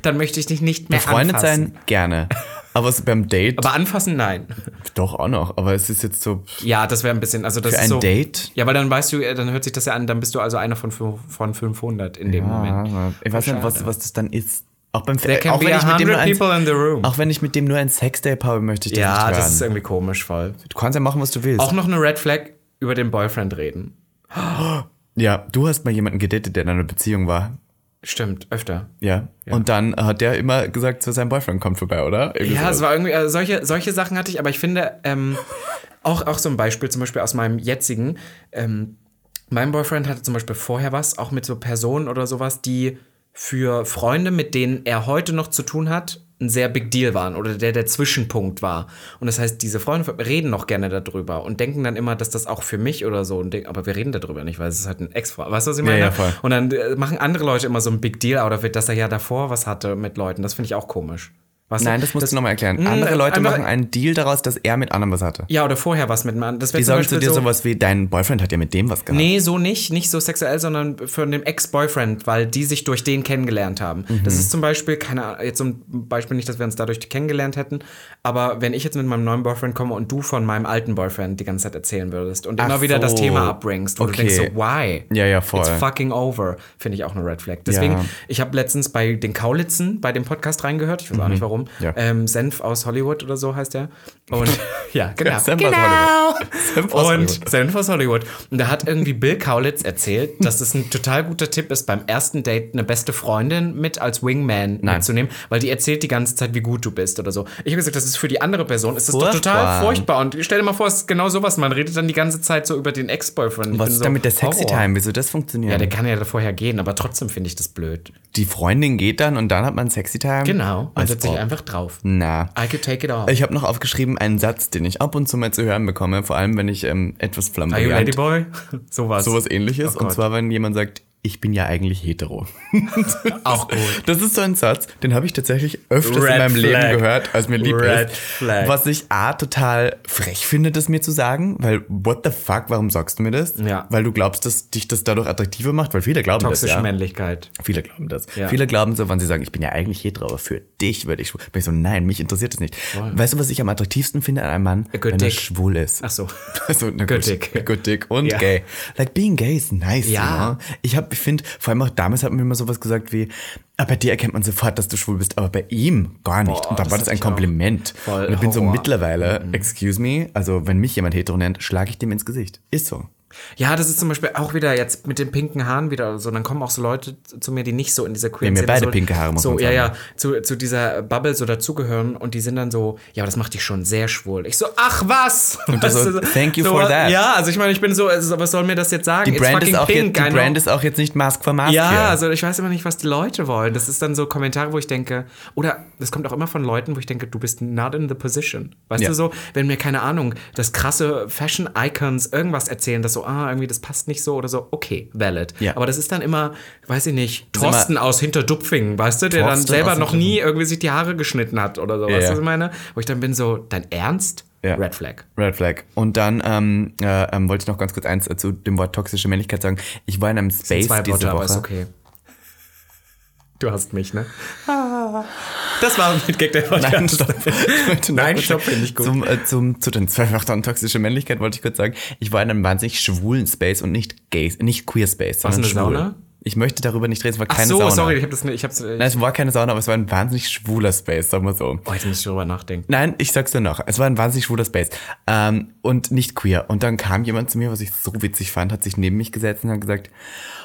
[SPEAKER 1] Dann möchte ich dich nicht mehr
[SPEAKER 2] befreundet
[SPEAKER 1] anfassen.
[SPEAKER 2] sein, gerne. Aber so beim Date,
[SPEAKER 1] Aber anfassen, nein.
[SPEAKER 2] doch auch noch, aber es ist jetzt so,
[SPEAKER 1] Ja, das wäre ein bisschen, also das
[SPEAKER 2] Für
[SPEAKER 1] ist
[SPEAKER 2] ein
[SPEAKER 1] so,
[SPEAKER 2] Date?
[SPEAKER 1] Ja, weil dann weißt du, äh, dann hört sich das ja an, dann bist du also einer von, fünf- von 500 in dem Moment.
[SPEAKER 2] Ah, ich weiß nicht, was, was das dann ist. Auch beim
[SPEAKER 1] There can
[SPEAKER 2] Äh, auch
[SPEAKER 1] be
[SPEAKER 2] wenn ich mit dem
[SPEAKER 1] 100
[SPEAKER 2] nur ein,
[SPEAKER 1] people in the room.
[SPEAKER 2] Auch wenn ich mit dem nur ein Sextape habe, möchte ich das
[SPEAKER 1] Ja,
[SPEAKER 2] nicht hören.
[SPEAKER 1] das ist irgendwie komisch voll.
[SPEAKER 2] du kannst ja machen, was du willst.
[SPEAKER 1] Auch noch eine Red Flag über den Boyfriend reden.
[SPEAKER 2] ja, du hast mal jemanden gedatet, der in einer Beziehung war.
[SPEAKER 1] Stimmt, öfter.
[SPEAKER 2] Ja. Und dann hat der immer gesagt, so sein Boyfriend kommt vorbei, oder? Irgendwie
[SPEAKER 1] Ja, es
[SPEAKER 2] sowas.
[SPEAKER 1] war irgendwie, äh, solche, solche Sachen hatte ich, aber ich finde, ähm, auch, auch so ein Beispiel zum Beispiel aus meinem jetzigen, ähm, mein Boyfriend hatte zum Beispiel vorher was, auch mit so Personen oder sowas, die für Freunde, mit denen er heute noch zu tun hat, ein sehr Big Deal waren oder der der Zwischenpunkt war. Und das heißt, diese Freunde reden noch gerne darüber und denken dann immer, dass das auch für mich oder so ein Ding, aber wir reden darüber nicht, weil es ist halt ein Ex-Freund. Weißt du, was ich meine?
[SPEAKER 2] ja, voll.
[SPEAKER 1] und dann äh, machen andere Leute immer so ein Big Deal out of it, dass er ja davor was hatte mit Leuten. Das finde ich auch komisch. Weißt du?
[SPEAKER 2] Nein, das musst du nochmal erklären. Andere
[SPEAKER 1] Mm,
[SPEAKER 2] Leute
[SPEAKER 1] andere-
[SPEAKER 2] machen einen Deal daraus, dass er mit anderem was hatte.
[SPEAKER 1] Ja, oder vorher was mit einem anderen. Das wäre
[SPEAKER 2] Die
[SPEAKER 1] zum
[SPEAKER 2] sagen zu
[SPEAKER 1] Beispiel
[SPEAKER 2] dir
[SPEAKER 1] so,
[SPEAKER 2] sowas wie, dein Boyfriend hat ja mit dem was gehabt.
[SPEAKER 1] Nee, so nicht. Nicht so sexuell, sondern von dem Ex-Boyfriend, weil die sich durch den kennengelernt haben.
[SPEAKER 2] Mhm.
[SPEAKER 1] Das ist zum Beispiel, keine Ahnung, jetzt so ein Beispiel nicht, dass wir uns dadurch kennengelernt hätten, aber wenn ich jetzt mit meinem neuen Boyfriend komme und du von meinem alten Boyfriend die ganze Zeit erzählen würdest und
[SPEAKER 2] Ach
[SPEAKER 1] immer wieder das
[SPEAKER 2] so.
[SPEAKER 1] Thema abbringst, wo
[SPEAKER 2] Okay.
[SPEAKER 1] du denkst so, why?
[SPEAKER 2] Ja, ja, voll.
[SPEAKER 1] It's fucking over. Finde ich auch eine Red Flag. Deswegen,
[SPEAKER 2] Ja.
[SPEAKER 1] ich habe letztens bei den Kaulitzen bei dem Podcast reingehört, ich weiß auch nicht warum,
[SPEAKER 2] Mhm. Ja.
[SPEAKER 1] ähm, Senf aus Hollywood oder so heißt der.
[SPEAKER 2] [laughs]
[SPEAKER 1] Und ja, genau.
[SPEAKER 2] Senf aus Senf aus
[SPEAKER 1] Und
[SPEAKER 2] Hollywood.
[SPEAKER 1] Senf aus Hollywood. Und da hat irgendwie Bill Kaulitz erzählt, dass es ein total guter Tipp ist, beim ersten Date eine beste Freundin mit als Wingman mitzunehmen, weil die erzählt die ganze Zeit, wie gut du bist oder so. Ich habe gesagt, das ist für die andere Person, ist das doch total
[SPEAKER 2] Furchtbar.
[SPEAKER 1] furchtbar. Und stell dir mal vor, es ist genau sowas. Man redet dann die ganze Zeit so über den Ex-Boyfriend. Ich
[SPEAKER 2] Was
[SPEAKER 1] bin
[SPEAKER 2] ist
[SPEAKER 1] so,
[SPEAKER 2] denn mit der Sexy
[SPEAKER 1] Horror.
[SPEAKER 2] Time? Wieso das funktioniert?
[SPEAKER 1] Ja, der kann ja da vorher gehen, aber trotzdem finde ich das blöd.
[SPEAKER 2] die Freundin geht dann und dann hat man Sexy Time?
[SPEAKER 1] Genau. Und
[SPEAKER 2] Als
[SPEAKER 1] setzt sich
[SPEAKER 2] ob.
[SPEAKER 1] einfach drauf.
[SPEAKER 2] Na.
[SPEAKER 1] I could take it all.
[SPEAKER 2] Ah, Ich habe noch aufgeschrieben einen Satz, den ich ab und zu mal zu hören bekomme, vor allem wenn ich ähm, etwas
[SPEAKER 1] Are you
[SPEAKER 2] flamboyant,
[SPEAKER 1] Ladyboy? [laughs] sowas.
[SPEAKER 2] sowas ähnliches.
[SPEAKER 1] Oh
[SPEAKER 2] und
[SPEAKER 1] Gott.
[SPEAKER 2] zwar, wenn jemand sagt, ich bin ja eigentlich hetero.
[SPEAKER 1] [laughs] Auch gut.
[SPEAKER 2] Das ist so ein Satz, den habe ich tatsächlich öfters
[SPEAKER 1] Red
[SPEAKER 2] in meinem
[SPEAKER 1] Flag.
[SPEAKER 2] Leben gehört, als mir lieb
[SPEAKER 1] Red
[SPEAKER 2] ist.
[SPEAKER 1] Flag.
[SPEAKER 2] Was ich A, total frech finde, das mir zu sagen, weil what the fuck, warum sagst du mir das?
[SPEAKER 1] Ja.
[SPEAKER 2] Weil du glaubst, dass dich das dadurch attraktiver macht, weil viele glauben
[SPEAKER 1] Toxische
[SPEAKER 2] das, ja.
[SPEAKER 1] Männlichkeit.
[SPEAKER 2] Viele glauben das.
[SPEAKER 1] Ja.
[SPEAKER 2] Viele glauben so, wenn sie sagen, ich bin ja eigentlich hetero, aber für dich würde ich schwul. Bin ich so, nein, mich interessiert das nicht. Weißt du, was ich am attraktivsten finde an einem Mann?
[SPEAKER 1] good
[SPEAKER 2] wenn er
[SPEAKER 1] dick.
[SPEAKER 2] schwul ist.
[SPEAKER 1] Ach so.
[SPEAKER 2] [laughs] Also, na
[SPEAKER 1] Good
[SPEAKER 2] gut.
[SPEAKER 1] dick.
[SPEAKER 2] Good dick und
[SPEAKER 1] Ja.
[SPEAKER 2] gay. Like, being gay is nice,
[SPEAKER 1] Ja.
[SPEAKER 2] ja. Ich hab, ich finde, vor allem auch damals hat man mir immer sowas gesagt wie, ah, bei dir erkennt man sofort, dass du schwul bist, aber bei ihm gar nicht. und
[SPEAKER 1] das
[SPEAKER 2] dann war
[SPEAKER 1] hab
[SPEAKER 2] das ein
[SPEAKER 1] ich auch.
[SPEAKER 2] Kompliment.
[SPEAKER 1] Voll
[SPEAKER 2] und ich bin so
[SPEAKER 1] Horror. Mhm.
[SPEAKER 2] mittlerweile, excuse me, also wenn mich jemand hetero nennt, schlage ich dem ins Gesicht. Ist so.
[SPEAKER 1] Ja, das ist zum Beispiel auch wieder jetzt mit den pinken Haaren wieder oder so. Dann kommen auch so Leute zu- zu mir, die nicht so in dieser queer
[SPEAKER 2] Wir haben ja beide
[SPEAKER 1] so,
[SPEAKER 2] pinke Haare, muss
[SPEAKER 1] so,
[SPEAKER 2] man
[SPEAKER 1] Ja,
[SPEAKER 2] sagen.
[SPEAKER 1] ja, zu, zu dieser Bubble so dazugehören und die sind dann so, ja, aber das macht dich schon sehr schwul. Ich so, ach was! Und
[SPEAKER 2] du so, thank you for that.
[SPEAKER 1] Ja, also ich meine, ich bin so, also, was soll mir das jetzt sagen?
[SPEAKER 2] Die Brand, ist auch,
[SPEAKER 1] pink,
[SPEAKER 2] jetzt,
[SPEAKER 1] I
[SPEAKER 2] die
[SPEAKER 1] know.
[SPEAKER 2] Brand ist auch jetzt nicht Mask for Mask.
[SPEAKER 1] Ja,
[SPEAKER 2] hier.
[SPEAKER 1] also ich weiß immer nicht, was die Leute wollen. Das ist dann so Kommentare, wo ich denke, oder das kommt auch immer von Leuten, wo ich denke, du bist not in the position. Weißt
[SPEAKER 2] Ja.
[SPEAKER 1] du so, wenn mir keine Ahnung, das krasse Fashion Icons irgendwas erzählen, das so, ah, irgendwie das passt nicht so oder so, okay, valid.
[SPEAKER 2] Ja.
[SPEAKER 1] Aber das ist dann immer, weiß ich nicht, Thorsten
[SPEAKER 2] immer-
[SPEAKER 1] aus Hinterdupfingen, weißt du, der dann
[SPEAKER 2] Thorsten
[SPEAKER 1] selber
[SPEAKER 2] aus
[SPEAKER 1] noch nie irgendwie sich die Haare geschnitten hat oder so, weißt du,
[SPEAKER 2] ja.
[SPEAKER 1] was ich meine? Wo ich dann bin so, dein Ernst?
[SPEAKER 2] Ja.
[SPEAKER 1] Red Flag.
[SPEAKER 2] Red Flag. Und dann ähm, äh, ähm, wollte ich noch ganz kurz eins äh, zu dem Wort toxische Männlichkeit sagen. Ich war in einem Space
[SPEAKER 1] Zwei
[SPEAKER 2] diese
[SPEAKER 1] Worte, aber
[SPEAKER 2] Woche.
[SPEAKER 1] ist okay. Du hast mich, ne? Das war mit Gag der Podcast.
[SPEAKER 2] [laughs] Nein, stopp.
[SPEAKER 1] [laughs]
[SPEAKER 2] Ich wollte noch
[SPEAKER 1] Nein,
[SPEAKER 2] kurz
[SPEAKER 1] stopp,
[SPEAKER 2] sagen,
[SPEAKER 1] finde ich gut.
[SPEAKER 2] Zum, äh, zum, zu den zwei Wörtern toxische Männlichkeit wollte ich kurz sagen. Ich war in einem wahnsinnig schwulen Space und nicht gay, nicht queer Space,
[SPEAKER 1] War's eine
[SPEAKER 2] sondern schwul.
[SPEAKER 1] Sauna?
[SPEAKER 2] Ich möchte darüber nicht reden, es war
[SPEAKER 1] Ach
[SPEAKER 2] keine
[SPEAKER 1] so,
[SPEAKER 2] Sauna.
[SPEAKER 1] sorry, ich habe das nicht. Ich hab's,
[SPEAKER 2] Nein, es war keine Sauna, aber es war ein wahnsinnig schwuler Space, sagen wir so.
[SPEAKER 1] oh, jetzt muss ich drüber nachdenken.
[SPEAKER 2] Nein, ich sag's dir noch. Es war ein wahnsinnig schwuler Space. Ähm, und nicht queer. Und dann kam jemand zu mir, was ich so witzig fand, hat sich neben mich gesetzt und hat gesagt,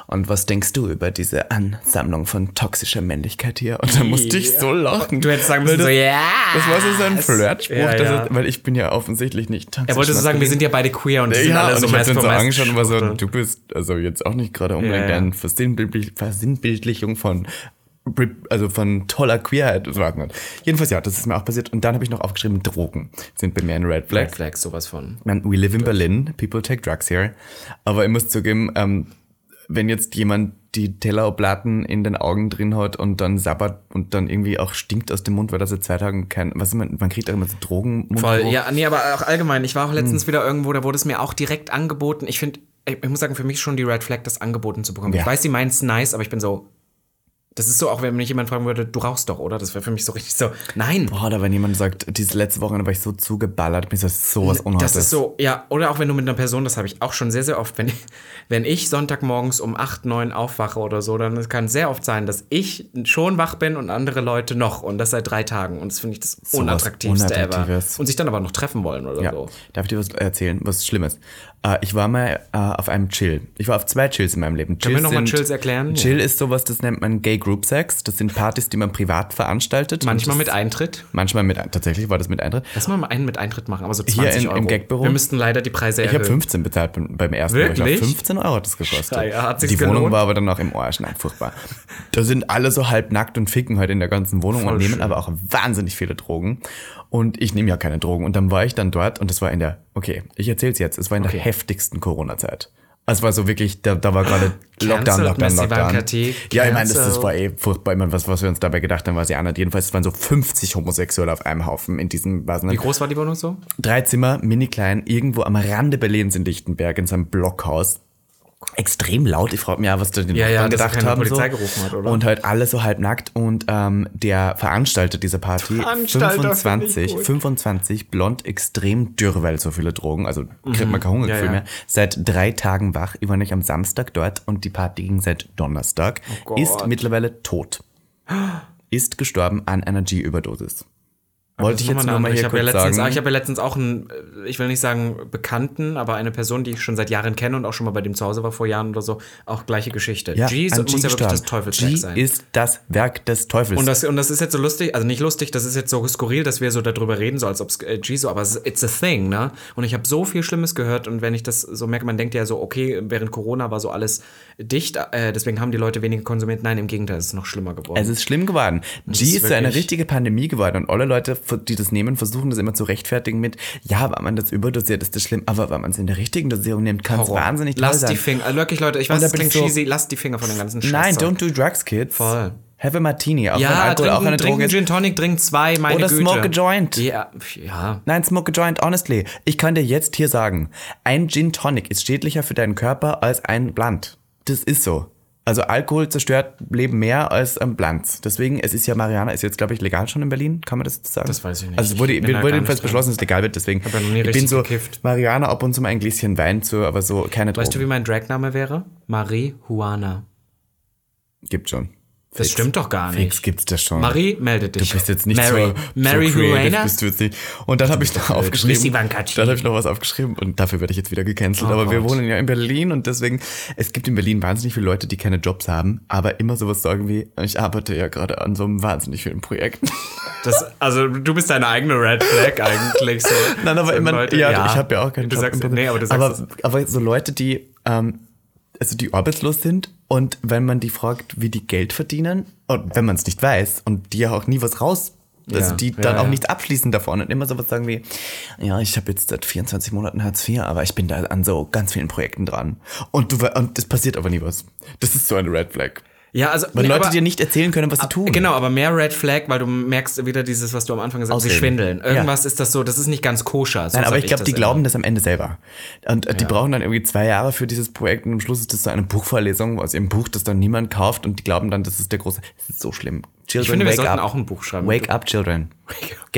[SPEAKER 2] und was denkst du über diese Ansammlung von toxischer Männlichkeit hier? Und dann musste ich so lachen.
[SPEAKER 1] Du hättest sagen müssen,
[SPEAKER 2] Weil
[SPEAKER 1] so,
[SPEAKER 2] das,
[SPEAKER 1] ja.
[SPEAKER 2] Das war so ein Flirtspruch,
[SPEAKER 1] Ja,
[SPEAKER 2] dass
[SPEAKER 1] ja.
[SPEAKER 2] er- weil ich bin ja offensichtlich nicht toxisch.
[SPEAKER 1] Er wollte so sagen, wir sind ja beide queer und wir sind
[SPEAKER 2] ja,
[SPEAKER 1] alle
[SPEAKER 2] und
[SPEAKER 1] so
[SPEAKER 2] ich hab
[SPEAKER 1] meist
[SPEAKER 2] den so
[SPEAKER 1] vom meisten
[SPEAKER 2] angeschaut und war so,
[SPEAKER 1] Schwuchtel.
[SPEAKER 2] du bist also jetzt auch nicht gerade unbedingt
[SPEAKER 1] Ja, ja.
[SPEAKER 2] ein Versinnbildlich- Versinnbildlichung von Re- also von toller Queerheit. Das war nicht. Jedenfalls ja, das ist mir auch passiert. Und dann habe ich noch aufgeschrieben, Drogen sind bei mir ein Red Flag.
[SPEAKER 1] Red Flag, sowas von.
[SPEAKER 2] Man, we live in Berlin, people take drugs here. Aber ich muss zugeben, ähm, wenn jetzt jemand die Teller Oblaten in den Augen drin hat und dann sabbert und dann irgendwie auch stinkt aus dem Mund, weil das seit zwei Tagen kein, was ist man, man kriegt auch immer so Drogen.
[SPEAKER 1] Voll, ja, nee, aber auch allgemein. Ich war auch
[SPEAKER 2] Hm.
[SPEAKER 1] letztens wieder irgendwo, da wurde es mir auch direkt angeboten. Ich finde, ich ich muss sagen, für mich schon die Red Flag, das angeboten zu bekommen.
[SPEAKER 2] Ja.
[SPEAKER 1] Ich weiß, sie meint's nice, aber ich bin so. Das ist so, auch wenn mich jemand fragen würde, du rauchst doch, oder? Das wäre für mich so richtig so, nein.
[SPEAKER 2] Boah, oder wenn jemand sagt, diese letzte Wochenende war ich so zugeballert, mir ist Oh, das sowas unhartes.
[SPEAKER 1] Das ist so, ja, oder auch wenn du mit einer Person, das habe ich auch schon sehr, sehr oft, wenn, wenn ich Sonntagmorgens um 8, 9 aufwache oder so, dann kann es sehr oft sein, dass ich schon wach bin und andere Leute noch und das seit drei Tagen und das finde ich das
[SPEAKER 2] was
[SPEAKER 1] unattraktivste ever.
[SPEAKER 2] Unattraktives.
[SPEAKER 1] Und sich dann aber noch treffen wollen oder
[SPEAKER 2] Ja.
[SPEAKER 1] so.
[SPEAKER 2] Darf ich dir was erzählen? Was Schlimmes. Äh, ich war mal äh, auf einem Chill. Ich war auf zwei Chills in meinem Leben. Chills
[SPEAKER 1] wir noch mal
[SPEAKER 2] sind-
[SPEAKER 1] Chills erklären?
[SPEAKER 2] Chill ist sowas, das nennt man Gay Group Sex. Das sind Partys, die man privat veranstaltet.
[SPEAKER 1] Manchmal
[SPEAKER 2] Und
[SPEAKER 1] mit
[SPEAKER 2] das-
[SPEAKER 1] Eintritt.
[SPEAKER 2] Manchmal mit Tatsächlich war das mit Eintritt.
[SPEAKER 1] Lass mal einen mit Eintritt machen, aber so 20
[SPEAKER 2] Hier in-
[SPEAKER 1] Euro.
[SPEAKER 2] im Gagbüro?
[SPEAKER 1] Wir müssten leider die Preise
[SPEAKER 2] Ich habe
[SPEAKER 1] erhöhen.
[SPEAKER 2] 15 bezahlt beim beim ersten Mal. Ich glaub,
[SPEAKER 1] Wirklich?
[SPEAKER 2] 15 Euro hat das gekostet.
[SPEAKER 1] Ja, ja, hat sich's
[SPEAKER 2] die Wohnung
[SPEAKER 1] gelohnt?
[SPEAKER 2] war aber dann auch im Arsch. Nein, furchtbar. Da sind alle so halbnackt und ficken halt in der ganzen Wohnung
[SPEAKER 1] Voll
[SPEAKER 2] und nehmen
[SPEAKER 1] schön.
[SPEAKER 2] aber auch wahnsinnig viele Drogen. Und ich nehme ja keine Drogen. Und dann war ich dann dort und das war in der, okay, ich erzähl's jetzt, es war in der
[SPEAKER 1] Okay.
[SPEAKER 2] heftigsten Corona-Zeit. Es war so wirklich, da, da war gerade Lockdown,
[SPEAKER 1] Cancelled,
[SPEAKER 2] Lockdown,
[SPEAKER 1] Missy
[SPEAKER 2] Lockdown.
[SPEAKER 1] Banker T.
[SPEAKER 2] Ja, ich meine, das, das
[SPEAKER 1] Cancelled.
[SPEAKER 2] war eh furchtbar. Ich meine, was, was wir uns dabei gedacht haben, war es ja nicht. Jedenfalls, es waren so 50 Homosexuelle auf einem Haufen in diesem, was ne?
[SPEAKER 1] Wie groß war die Wohnung so?
[SPEAKER 2] drei Zimmer, mini klein, irgendwo am Rande Berlins in Lichtenberg, in so einem Blockhaus. Extrem laut. Ich frage mich ja, was da die
[SPEAKER 1] Ja, ja,
[SPEAKER 2] Nachbarn
[SPEAKER 1] dass
[SPEAKER 2] gedacht
[SPEAKER 1] keine
[SPEAKER 2] haben.
[SPEAKER 1] Polizei
[SPEAKER 2] so.
[SPEAKER 1] gerufen hat, oder?
[SPEAKER 2] Und halt alle so halbnackt. Und ähm, der Veranstalter dieser Party,
[SPEAKER 1] Veranstalter find ich
[SPEAKER 2] 25,
[SPEAKER 1] gut.
[SPEAKER 2] 25, blond, extrem dürr, weil so viele Drogen, also kriegt man kein
[SPEAKER 1] Mhm. Ja,
[SPEAKER 2] Hungergefühl
[SPEAKER 1] ja.
[SPEAKER 2] mehr, seit drei Tagen wach. Ich war nicht am Samstag dort und die Party ging seit Donnerstag.
[SPEAKER 1] Oh Gott.
[SPEAKER 2] ist mittlerweile tot. Ist gestorben an einer G-Überdosis. Wollte ich
[SPEAKER 1] Das
[SPEAKER 2] jetzt
[SPEAKER 1] ist nochmal
[SPEAKER 2] nur
[SPEAKER 1] eine
[SPEAKER 2] mal
[SPEAKER 1] andere.
[SPEAKER 2] hier
[SPEAKER 1] ich habe
[SPEAKER 2] kurz
[SPEAKER 1] ja letztens, ah,
[SPEAKER 2] sagen.
[SPEAKER 1] Ich habe ja letztens auch einen, äh, ich will nicht sagen Bekannten, aber eine Person, die ich schon seit Jahren kenne und auch schon mal bei dem zu Hause war vor Jahren oder so, auch gleiche Geschichte.
[SPEAKER 2] Ja,
[SPEAKER 1] G so-
[SPEAKER 2] an
[SPEAKER 1] muss ja wirklich
[SPEAKER 2] gestorben.
[SPEAKER 1] das Teufelswerk
[SPEAKER 2] G
[SPEAKER 1] sein.
[SPEAKER 2] ist das Werk des Teufels.
[SPEAKER 1] Und das, und das ist jetzt so lustig, also nicht lustig, das ist jetzt so skurril, dass wir so darüber reden, so als ob es äh, G so, aber es- it's a thing, ne? Und ich habe so viel Schlimmes gehört und wenn ich das so merke, man denkt ja so, okay, während Corona war so alles dicht, äh, deswegen haben die Leute weniger konsumiert. Nein, im Gegenteil, es ist noch schlimmer geworden.
[SPEAKER 2] es ist schlimm geworden. G
[SPEAKER 1] ist
[SPEAKER 2] ist, so eine
[SPEAKER 1] wirklich-
[SPEAKER 2] richtige Pandemie geworden und alle Leute, die das nehmen, versuchen das immer zu rechtfertigen mit, ja, wenn man das überdosiert, ist das schlimm, aber wenn man es in der richtigen Dosierung nimmt, kann es
[SPEAKER 1] Horror.
[SPEAKER 2] wahnsinnig toll
[SPEAKER 1] Lasst
[SPEAKER 2] sein.
[SPEAKER 1] die Finger, also wirklich Leute, ich weiß,
[SPEAKER 2] Und da
[SPEAKER 1] das
[SPEAKER 2] bin ich
[SPEAKER 1] klingt
[SPEAKER 2] so-
[SPEAKER 1] cheesy, lasst die Finger von den ganzen Scheiß.
[SPEAKER 2] Nein,
[SPEAKER 1] Zeug.
[SPEAKER 2] don't do drugs, kids.
[SPEAKER 1] Voll.
[SPEAKER 2] Have a martini, auch ein
[SPEAKER 1] Ja,
[SPEAKER 2] Alkohol,
[SPEAKER 1] trinken,
[SPEAKER 2] auch eine
[SPEAKER 1] trinken
[SPEAKER 2] Droge.
[SPEAKER 1] Gin Tonic, trinken zwei, meine
[SPEAKER 2] Oder
[SPEAKER 1] Güte.
[SPEAKER 2] smoke a joint.
[SPEAKER 1] Ja, pf, ja.
[SPEAKER 2] Nein, smoke a joint, honestly. Ich kann dir jetzt hier sagen, ein Gin Tonic ist schädlicher für deinen Körper als ein Blunt. Das ist so. Also Alkohol zerstört Leben mehr als ein Blunt. Deswegen, es ist ja Marihuana, ist jetzt, glaube ich, legal schon in Berlin. Kann man das jetzt sagen?
[SPEAKER 1] Das weiß ich nicht.
[SPEAKER 2] Also es wurde,
[SPEAKER 1] Ich bin da
[SPEAKER 2] wurde
[SPEAKER 1] gar
[SPEAKER 2] jedenfalls
[SPEAKER 1] nicht drin.
[SPEAKER 2] beschlossen, dass es legal wird. Deswegen,
[SPEAKER 1] ja noch nie
[SPEAKER 2] ich bin
[SPEAKER 1] richtig
[SPEAKER 2] so
[SPEAKER 1] gekifft.
[SPEAKER 2] Marihuana ab und zu mal ein Gläschen Wein zu, aber so keine
[SPEAKER 1] Weißt du,
[SPEAKER 2] Drogen.
[SPEAKER 1] wie mein Dragname wäre? Marihuana.
[SPEAKER 2] Gibt schon.
[SPEAKER 1] Das stimmt doch gar
[SPEAKER 2] Fix
[SPEAKER 1] nicht.
[SPEAKER 2] gibt's das schon.
[SPEAKER 1] Marie, melde dich.
[SPEAKER 2] Du bist jetzt nicht
[SPEAKER 1] Mary.
[SPEAKER 2] so,
[SPEAKER 1] Mary Äh,
[SPEAKER 2] so creative,
[SPEAKER 1] Huana?
[SPEAKER 2] bist du jetzt nicht. Und dann habe ich noch
[SPEAKER 1] Missy
[SPEAKER 2] aufgeschrieben.
[SPEAKER 1] Vankatschi.
[SPEAKER 2] Dann habe ich noch was aufgeschrieben und dafür werde ich jetzt wieder gecancelt. aber wir
[SPEAKER 1] Oh Gott.
[SPEAKER 2] wohnen ja in Berlin und deswegen, es gibt in Berlin wahnsinnig viele Leute, die keine Jobs haben, aber immer sowas sagen wie, ich arbeite ja gerade an so einem wahnsinnig vielen Projekt.
[SPEAKER 1] Das, also du bist deine eigene Red Flag eigentlich. So.
[SPEAKER 2] [laughs] Nein, aber
[SPEAKER 1] so
[SPEAKER 2] immer,
[SPEAKER 1] Leute-
[SPEAKER 2] ja, ich habe ja auch keinen
[SPEAKER 1] du
[SPEAKER 2] Job.
[SPEAKER 1] Sagst,
[SPEAKER 2] und-
[SPEAKER 1] nee, aber du sagst
[SPEAKER 2] aber, aber so Leute, die, ähm, also die arbeitslos sind und wenn man die fragt, wie die Geld verdienen und wenn man es nicht weiß und die ja auch nie was raus, also
[SPEAKER 1] Ja,
[SPEAKER 2] die
[SPEAKER 1] ja,
[SPEAKER 2] dann auch
[SPEAKER 1] ja.
[SPEAKER 2] nichts abschließen davon und immer sowas sagen wie, ja, ich habe jetzt seit 24 Monaten Hartz IV, aber ich bin da an so ganz vielen Projekten dran. Und du we- und es passiert aber nie was. Das ist so eine Red Flag.
[SPEAKER 1] ja, also
[SPEAKER 2] Weil
[SPEAKER 1] nee,
[SPEAKER 2] Leute
[SPEAKER 1] aber-
[SPEAKER 2] dir nicht erzählen können, was sie tun.
[SPEAKER 1] Genau, aber mehr Red Flag, weil du merkst wieder dieses, was du am Anfang gesagt hast, sie
[SPEAKER 2] Ausreden.
[SPEAKER 1] schwindeln.
[SPEAKER 2] Ja.
[SPEAKER 1] Irgendwas ist das so, das ist nicht ganz koscher. So
[SPEAKER 2] Nein, aber
[SPEAKER 1] sag
[SPEAKER 2] ich glaube,
[SPEAKER 1] das
[SPEAKER 2] die
[SPEAKER 1] immer.
[SPEAKER 2] glauben das am Ende selber. Und äh, die brauchen dann irgendwie zwei Jahre für dieses Projekt und am Schluss ist das so eine Buchvorlesung aus ihrem Buch, das dann niemand kauft und die glauben dann, das ist der große. Das ist so schlimm. Children,
[SPEAKER 1] Ich finde, wir sollten auch ein Buch schreiben.
[SPEAKER 2] Wake up, children.
[SPEAKER 1] Wake up,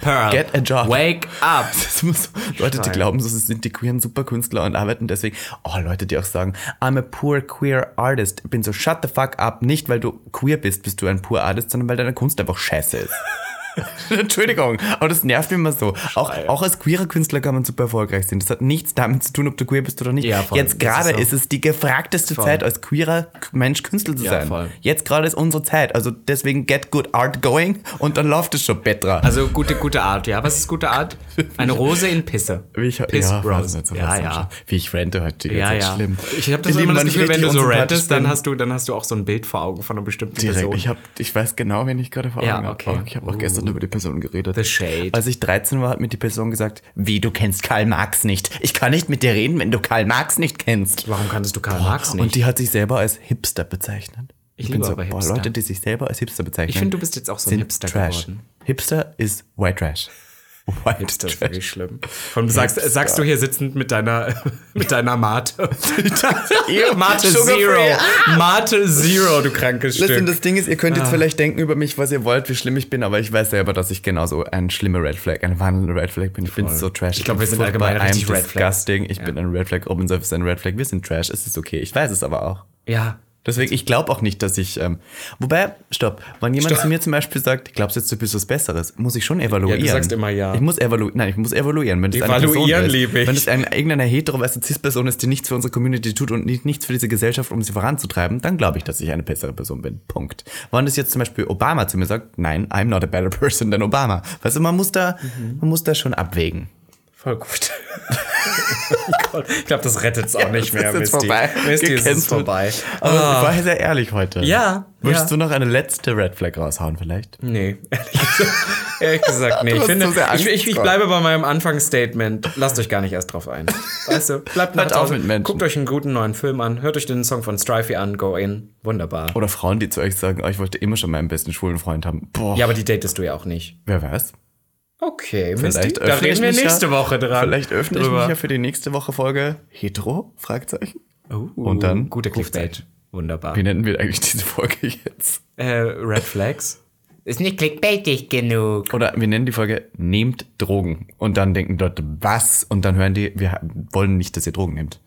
[SPEAKER 1] Pearl.
[SPEAKER 2] Get a job.
[SPEAKER 1] Wake up.
[SPEAKER 2] [laughs] Das muss, Leute, die
[SPEAKER 1] Nein.
[SPEAKER 2] glauben, so, sie sind die queeren Superkünstler und arbeiten deswegen. Oh, Leute, die auch sagen, I'm a poor queer artist. Bin so, shut the fuck up. Nicht, weil du queer bist, bist du ein poor artist, sondern weil deine Kunst einfach
[SPEAKER 1] [laughs]
[SPEAKER 2] scheiße ist. Entschuldigung, aber das nervt mich immer so. Auch, auch als queerer Künstler kann man super erfolgreich sein. Das hat nichts damit zu tun, ob du queer bist oder nicht.
[SPEAKER 1] Ja, voll. Das
[SPEAKER 2] Jetzt
[SPEAKER 1] ist
[SPEAKER 2] gerade
[SPEAKER 1] so.
[SPEAKER 2] ist, es die gefragteste
[SPEAKER 1] Voll.
[SPEAKER 2] Zeit, als queerer Mensch Künstler zu
[SPEAKER 1] Ja,
[SPEAKER 2] sein.
[SPEAKER 1] voll.
[SPEAKER 2] Jetzt gerade ist unsere Zeit. Also deswegen get good art going und dann läuft es schon, Petra.
[SPEAKER 1] Also gute, gute Art, ja. Was ist gute
[SPEAKER 2] [laughs]
[SPEAKER 1] Art? Eine Rose in Pisse.
[SPEAKER 2] Wie ich,
[SPEAKER 1] Piss
[SPEAKER 2] ja,
[SPEAKER 1] Bros.
[SPEAKER 2] weiß nicht, sowas
[SPEAKER 1] ja,
[SPEAKER 2] ist
[SPEAKER 1] ja.
[SPEAKER 2] schon- Wie ich rente heute, die
[SPEAKER 1] Ja,
[SPEAKER 2] ganze Zeit,
[SPEAKER 1] ja.
[SPEAKER 2] schlimm.
[SPEAKER 1] Ich habe das
[SPEAKER 2] Ihr
[SPEAKER 1] immer
[SPEAKER 2] Lieben,
[SPEAKER 1] das
[SPEAKER 2] wenn ich
[SPEAKER 1] Gefühl, wenn
[SPEAKER 2] richtig
[SPEAKER 1] du so
[SPEAKER 2] unsympathisch
[SPEAKER 1] rantest, dann
[SPEAKER 2] bin,
[SPEAKER 1] hast du, dann hast du auch so ein Bild vor Augen von einer bestimmten
[SPEAKER 2] direkt.
[SPEAKER 1] Person.
[SPEAKER 2] Ich, hab, ich weiß genau, wen ich gerade vor Augen
[SPEAKER 1] Ja,
[SPEAKER 2] habe.
[SPEAKER 1] okay. Uh.
[SPEAKER 2] Oh, Ich habe auch gestern über die Person geredet.
[SPEAKER 1] The Shade.
[SPEAKER 2] Als ich 13 war, hat mir die Person gesagt, wie, du kennst Karl Marx nicht. Ich kann nicht mit dir reden, wenn du Karl Marx nicht kennst.
[SPEAKER 1] Warum kanntest du Karl Marx nicht?
[SPEAKER 2] Und die hat sich selber als Hipster bezeichnet.
[SPEAKER 1] Ich
[SPEAKER 2] bin
[SPEAKER 1] liebe
[SPEAKER 2] so,
[SPEAKER 1] aber
[SPEAKER 2] boah,
[SPEAKER 1] Hipster.
[SPEAKER 2] Leute, die sich selber als Hipster bezeichnen.
[SPEAKER 1] Ich finde, du bist jetzt auch so ein
[SPEAKER 2] sind
[SPEAKER 1] Hipster
[SPEAKER 2] Trash.
[SPEAKER 1] geworden.
[SPEAKER 2] Hipster ist White Trash. White
[SPEAKER 1] Hipster ist
[SPEAKER 2] Trash.
[SPEAKER 1] wirklich schlimm. Vor allem sagst, sagst du hier sitzend mit deiner, [laughs] mit deiner
[SPEAKER 2] [laughs]
[SPEAKER 1] Mate. Mate
[SPEAKER 2] Sugar free.
[SPEAKER 1] Zero. Mate Zero, du krankes
[SPEAKER 2] Listen,
[SPEAKER 1] Stück. Ah.
[SPEAKER 2] das Ding ist, ihr könnt jetzt vielleicht denken über mich, was ihr wollt, wie schlimm ich bin, aber ich weiß selber, dass ich genauso ein schlimmer Red Flag, eine wandelnde Red Flag bin. Ich bin so trash.
[SPEAKER 1] Ich glaub, wir sind
[SPEAKER 2] Furchtbar.
[SPEAKER 1] allgemein
[SPEAKER 2] I'm
[SPEAKER 1] richtig Red Flags.
[SPEAKER 2] disgusting. Ich bin ein Red Flag. Robin Surf ist ein Red Flag. Wir sind trash. Es ist okay. Ich weiß es aber auch.
[SPEAKER 1] Ja.
[SPEAKER 2] Deswegen, ich glaube auch nicht, dass ich. Ähm, wobei, stopp. Wenn jemand
[SPEAKER 1] Stopp.
[SPEAKER 2] zu mir zum Beispiel sagt, glaubst du jetzt, du bist was Besseres, muss ich schon evaluieren.
[SPEAKER 1] sagst immer ja.
[SPEAKER 2] Ich muss evaluieren. Nein, ich muss evaluieren. Wenn das eine Person
[SPEAKER 1] Evaluieren
[SPEAKER 2] ist,
[SPEAKER 1] lieb ich.
[SPEAKER 2] Wenn es eine irgendeine hetero weiße Cis-Person ist, die nichts für unsere Community tut und nicht, nichts für diese Gesellschaft, um sie voranzutreiben, dann glaube ich, dass ich eine bessere Person bin. Punkt. Wenn das jetzt zum Beispiel Obama zu mir sagt, nein, I'm not a better person than Obama. Weißt du, man muss da,
[SPEAKER 1] Mhm.
[SPEAKER 2] man muss da schon abwägen.
[SPEAKER 1] Voll gut. [laughs] Oh ich glaube, das rettet es auch nicht
[SPEAKER 2] Das
[SPEAKER 1] mehr.
[SPEAKER 2] ist jetzt
[SPEAKER 1] Misty.
[SPEAKER 2] vorbei.
[SPEAKER 1] Misty es ist
[SPEAKER 2] Gecancelt.
[SPEAKER 1] vorbei. Ah.
[SPEAKER 2] Aber ich war sehr ehrlich heute.
[SPEAKER 1] Ja,
[SPEAKER 2] Möchtest
[SPEAKER 1] ja. Hm.
[SPEAKER 2] du noch eine letzte Red Flag raushauen vielleicht?
[SPEAKER 1] Nee, [laughs] ehrlich gesagt, ehrlich gesagt
[SPEAKER 2] [laughs]
[SPEAKER 1] nee. Ich,
[SPEAKER 2] hast
[SPEAKER 1] finde,
[SPEAKER 2] so sehr Angst
[SPEAKER 1] ich, ich, ich
[SPEAKER 2] vor.
[SPEAKER 1] bleibe bei meinem Anfangsstatement. Lasst euch gar nicht erst drauf ein. Weißt du, bleibt
[SPEAKER 2] Hört
[SPEAKER 1] nach
[SPEAKER 2] auf
[SPEAKER 1] draußen,
[SPEAKER 2] mit Menschen.
[SPEAKER 1] Guckt euch einen guten neuen Film an, hört euch den Song von Strifey an, Go In. Wunderbar.
[SPEAKER 2] Oder Frauen, die zu euch sagen, oh, ich wollte immer schon meinen besten schwulen Freund haben. Boah,
[SPEAKER 1] Ja, aber die datest du ja auch nicht.
[SPEAKER 2] wer weiß.
[SPEAKER 1] Okay,
[SPEAKER 2] Vielleicht
[SPEAKER 1] Misty, da
[SPEAKER 2] öffne ich
[SPEAKER 1] reden wir
[SPEAKER 2] mich
[SPEAKER 1] nächste
[SPEAKER 2] ja,
[SPEAKER 1] Woche dran.
[SPEAKER 2] Vielleicht öffne ich
[SPEAKER 1] drüber.
[SPEAKER 2] mich ja für die nächste Woche Folge hetero? Fragezeichen.
[SPEAKER 1] Oh,
[SPEAKER 2] Und dann? halt.
[SPEAKER 1] Gute Clickbait. Wunderbar.
[SPEAKER 2] Wie nennen wir eigentlich diese Folge jetzt?
[SPEAKER 1] Äh, Red Flags. Ist nicht clickbaitig genug.
[SPEAKER 2] Oder wir nennen die Folge Nehmt Drogen. Und dann denken Leute, was? Und dann hören die, wir wollen nicht, dass ihr Drogen nehmt.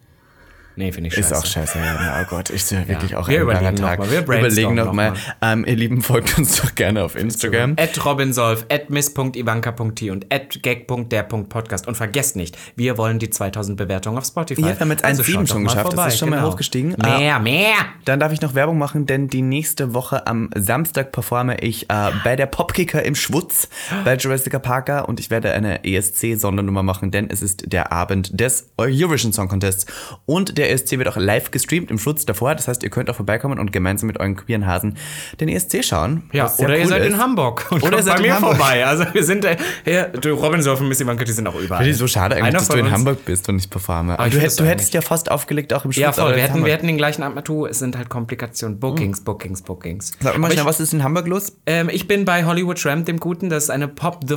[SPEAKER 1] Nee, finde ich scheiße.
[SPEAKER 2] Ist auch scheiße, ja. Na, Oh Gott, ich sehe wirklich auch
[SPEAKER 1] Wir
[SPEAKER 2] ein langer
[SPEAKER 1] überlegen noch
[SPEAKER 2] Tag.
[SPEAKER 1] mal, wir
[SPEAKER 2] wir überlegen
[SPEAKER 1] brainstormen noch
[SPEAKER 2] nochmal. Ähm, ihr Lieben, folgt uns doch gerne auf Instagram.
[SPEAKER 1] at robinsolf, at miss.ivanka.t und at gag.der.podcast. Und vergesst nicht, wir wollen die 2000 Bewertungen auf Spotify. Also
[SPEAKER 2] Ja, wir haben jetzt 1,7
[SPEAKER 1] schaut
[SPEAKER 2] schon
[SPEAKER 1] doch mal
[SPEAKER 2] geschafft. Das
[SPEAKER 1] vorbei, Genau.
[SPEAKER 2] ist schon mal hochgestiegen. Ah.
[SPEAKER 1] Mehr, mehr.
[SPEAKER 2] Dann darf ich noch Werbung machen, denn die nächste Woche am Samstag performe ich äh, bei der Popkicker im Schwutz bei Jurassic Parker und ich werde eine ESC-Sondernummer machen, denn es ist der Abend des Eurovision Song Contests und der ESC wird auch live gestreamt im Schwutz davor. Das heißt, ihr könnt auch vorbeikommen und gemeinsam mit euren queeren Hasen den ESC schauen.
[SPEAKER 1] Ja,
[SPEAKER 2] was sehr
[SPEAKER 1] oder ihr
[SPEAKER 2] cool
[SPEAKER 1] seid
[SPEAKER 2] ist.
[SPEAKER 1] in Hamburg. Und
[SPEAKER 2] Oder ihr
[SPEAKER 1] kommt
[SPEAKER 2] seid
[SPEAKER 1] bei
[SPEAKER 2] in
[SPEAKER 1] mir
[SPEAKER 2] Hamburg.
[SPEAKER 1] vorbei. Also wir sind, äh, hier, du, Robinsolf und Miss Ivanka, die sind auch überall.
[SPEAKER 2] Finde ich so schade eigentlich,
[SPEAKER 1] Einer
[SPEAKER 2] dass du
[SPEAKER 1] von
[SPEAKER 2] in
[SPEAKER 1] uns- Ah,
[SPEAKER 2] Hamburg bist und ich performe. Aber
[SPEAKER 1] ich
[SPEAKER 2] du,
[SPEAKER 1] find
[SPEAKER 2] hättest, du
[SPEAKER 1] das
[SPEAKER 2] hättest ja fast aufgelegt auch im Schwutz.
[SPEAKER 1] Ja, voll.
[SPEAKER 2] aber
[SPEAKER 1] Wir
[SPEAKER 2] das
[SPEAKER 1] hätten,
[SPEAKER 2] haben
[SPEAKER 1] wir hätten den gleichen Abend. Du, es sind halt Komplikationen. Bookings, Bookings, Bookings.
[SPEAKER 2] Sag
[SPEAKER 1] Aber
[SPEAKER 2] mal schnell,
[SPEAKER 1] ich,
[SPEAKER 2] was ist in Hamburg los?
[SPEAKER 1] ähm, ich bin bei Hollywood Tramp, dem Guten. Das ist eine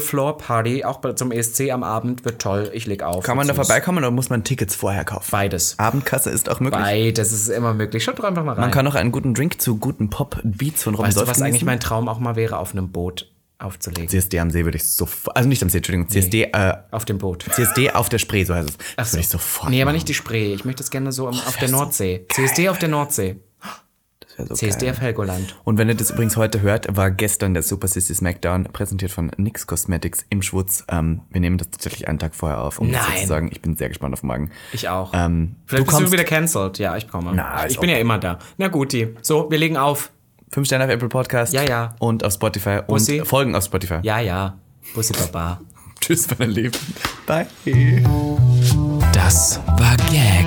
[SPEAKER 1] Pop-the-Floor-Party. Auch bei- zum ESC am Abend. Wird toll. Ich leg auf.
[SPEAKER 2] Kann man da
[SPEAKER 1] Wird süß.
[SPEAKER 2] vorbeikommen oder muss man Tickets vorher kaufen?
[SPEAKER 1] Beides.
[SPEAKER 2] Abendkasse ist auch möglich.
[SPEAKER 1] Beides ist immer möglich. Schaut doch einfach mal rein.
[SPEAKER 2] Man kann auch einen guten Drink zu guten Pop-Beats von Robin
[SPEAKER 1] Weißt du,
[SPEAKER 2] Solf
[SPEAKER 1] was eigentlich
[SPEAKER 2] genießen.
[SPEAKER 1] mein Traum auch mal wäre, auf einem Boot aufzulegen?
[SPEAKER 2] CSD am See würde ich sofort, also nicht am See, Entschuldigung, CSD, äh,
[SPEAKER 1] Auf dem Boot.
[SPEAKER 2] CSD auf der Spree, so heißt es. Das
[SPEAKER 1] so.
[SPEAKER 2] würde ich sofort
[SPEAKER 1] Nee, aber
[SPEAKER 2] machen.
[SPEAKER 5] Oh,
[SPEAKER 1] nicht die Spree. Ich möchte es gerne so am, auf der Nordsee. CSD auf der Nordsee.
[SPEAKER 2] Also
[SPEAKER 1] CSDF
[SPEAKER 2] geil.
[SPEAKER 1] Helgoland.
[SPEAKER 2] Und wenn ihr das übrigens heute hört, war gestern der Super Sissy Smackdown präsentiert von NYX Cosmetics im Schwutz. Ähm, wir nehmen das tatsächlich einen Tag vorher auf, um das
[SPEAKER 1] Nein.
[SPEAKER 2] zu sagen. Ich bin sehr gespannt auf morgen.
[SPEAKER 1] Ich auch.
[SPEAKER 2] Ähm,
[SPEAKER 1] Vielleicht
[SPEAKER 2] du
[SPEAKER 1] bist
[SPEAKER 2] kommst
[SPEAKER 1] du wieder cancelled. Ja, ich komme.
[SPEAKER 2] Na, ist
[SPEAKER 1] ich bin ja
[SPEAKER 2] okay.
[SPEAKER 1] immer da. Na gut, die. So, wir legen auf.
[SPEAKER 2] fünf Sterne auf Apple Podcast.
[SPEAKER 1] Ja, ja.
[SPEAKER 2] Und auf Spotify.
[SPEAKER 1] Bussi.
[SPEAKER 2] Und Folgen auf Spotify.
[SPEAKER 1] Ja, ja. Bussi Baba.
[SPEAKER 2] Tschüss, mein Lieben. Bye.
[SPEAKER 6] Das war Gag,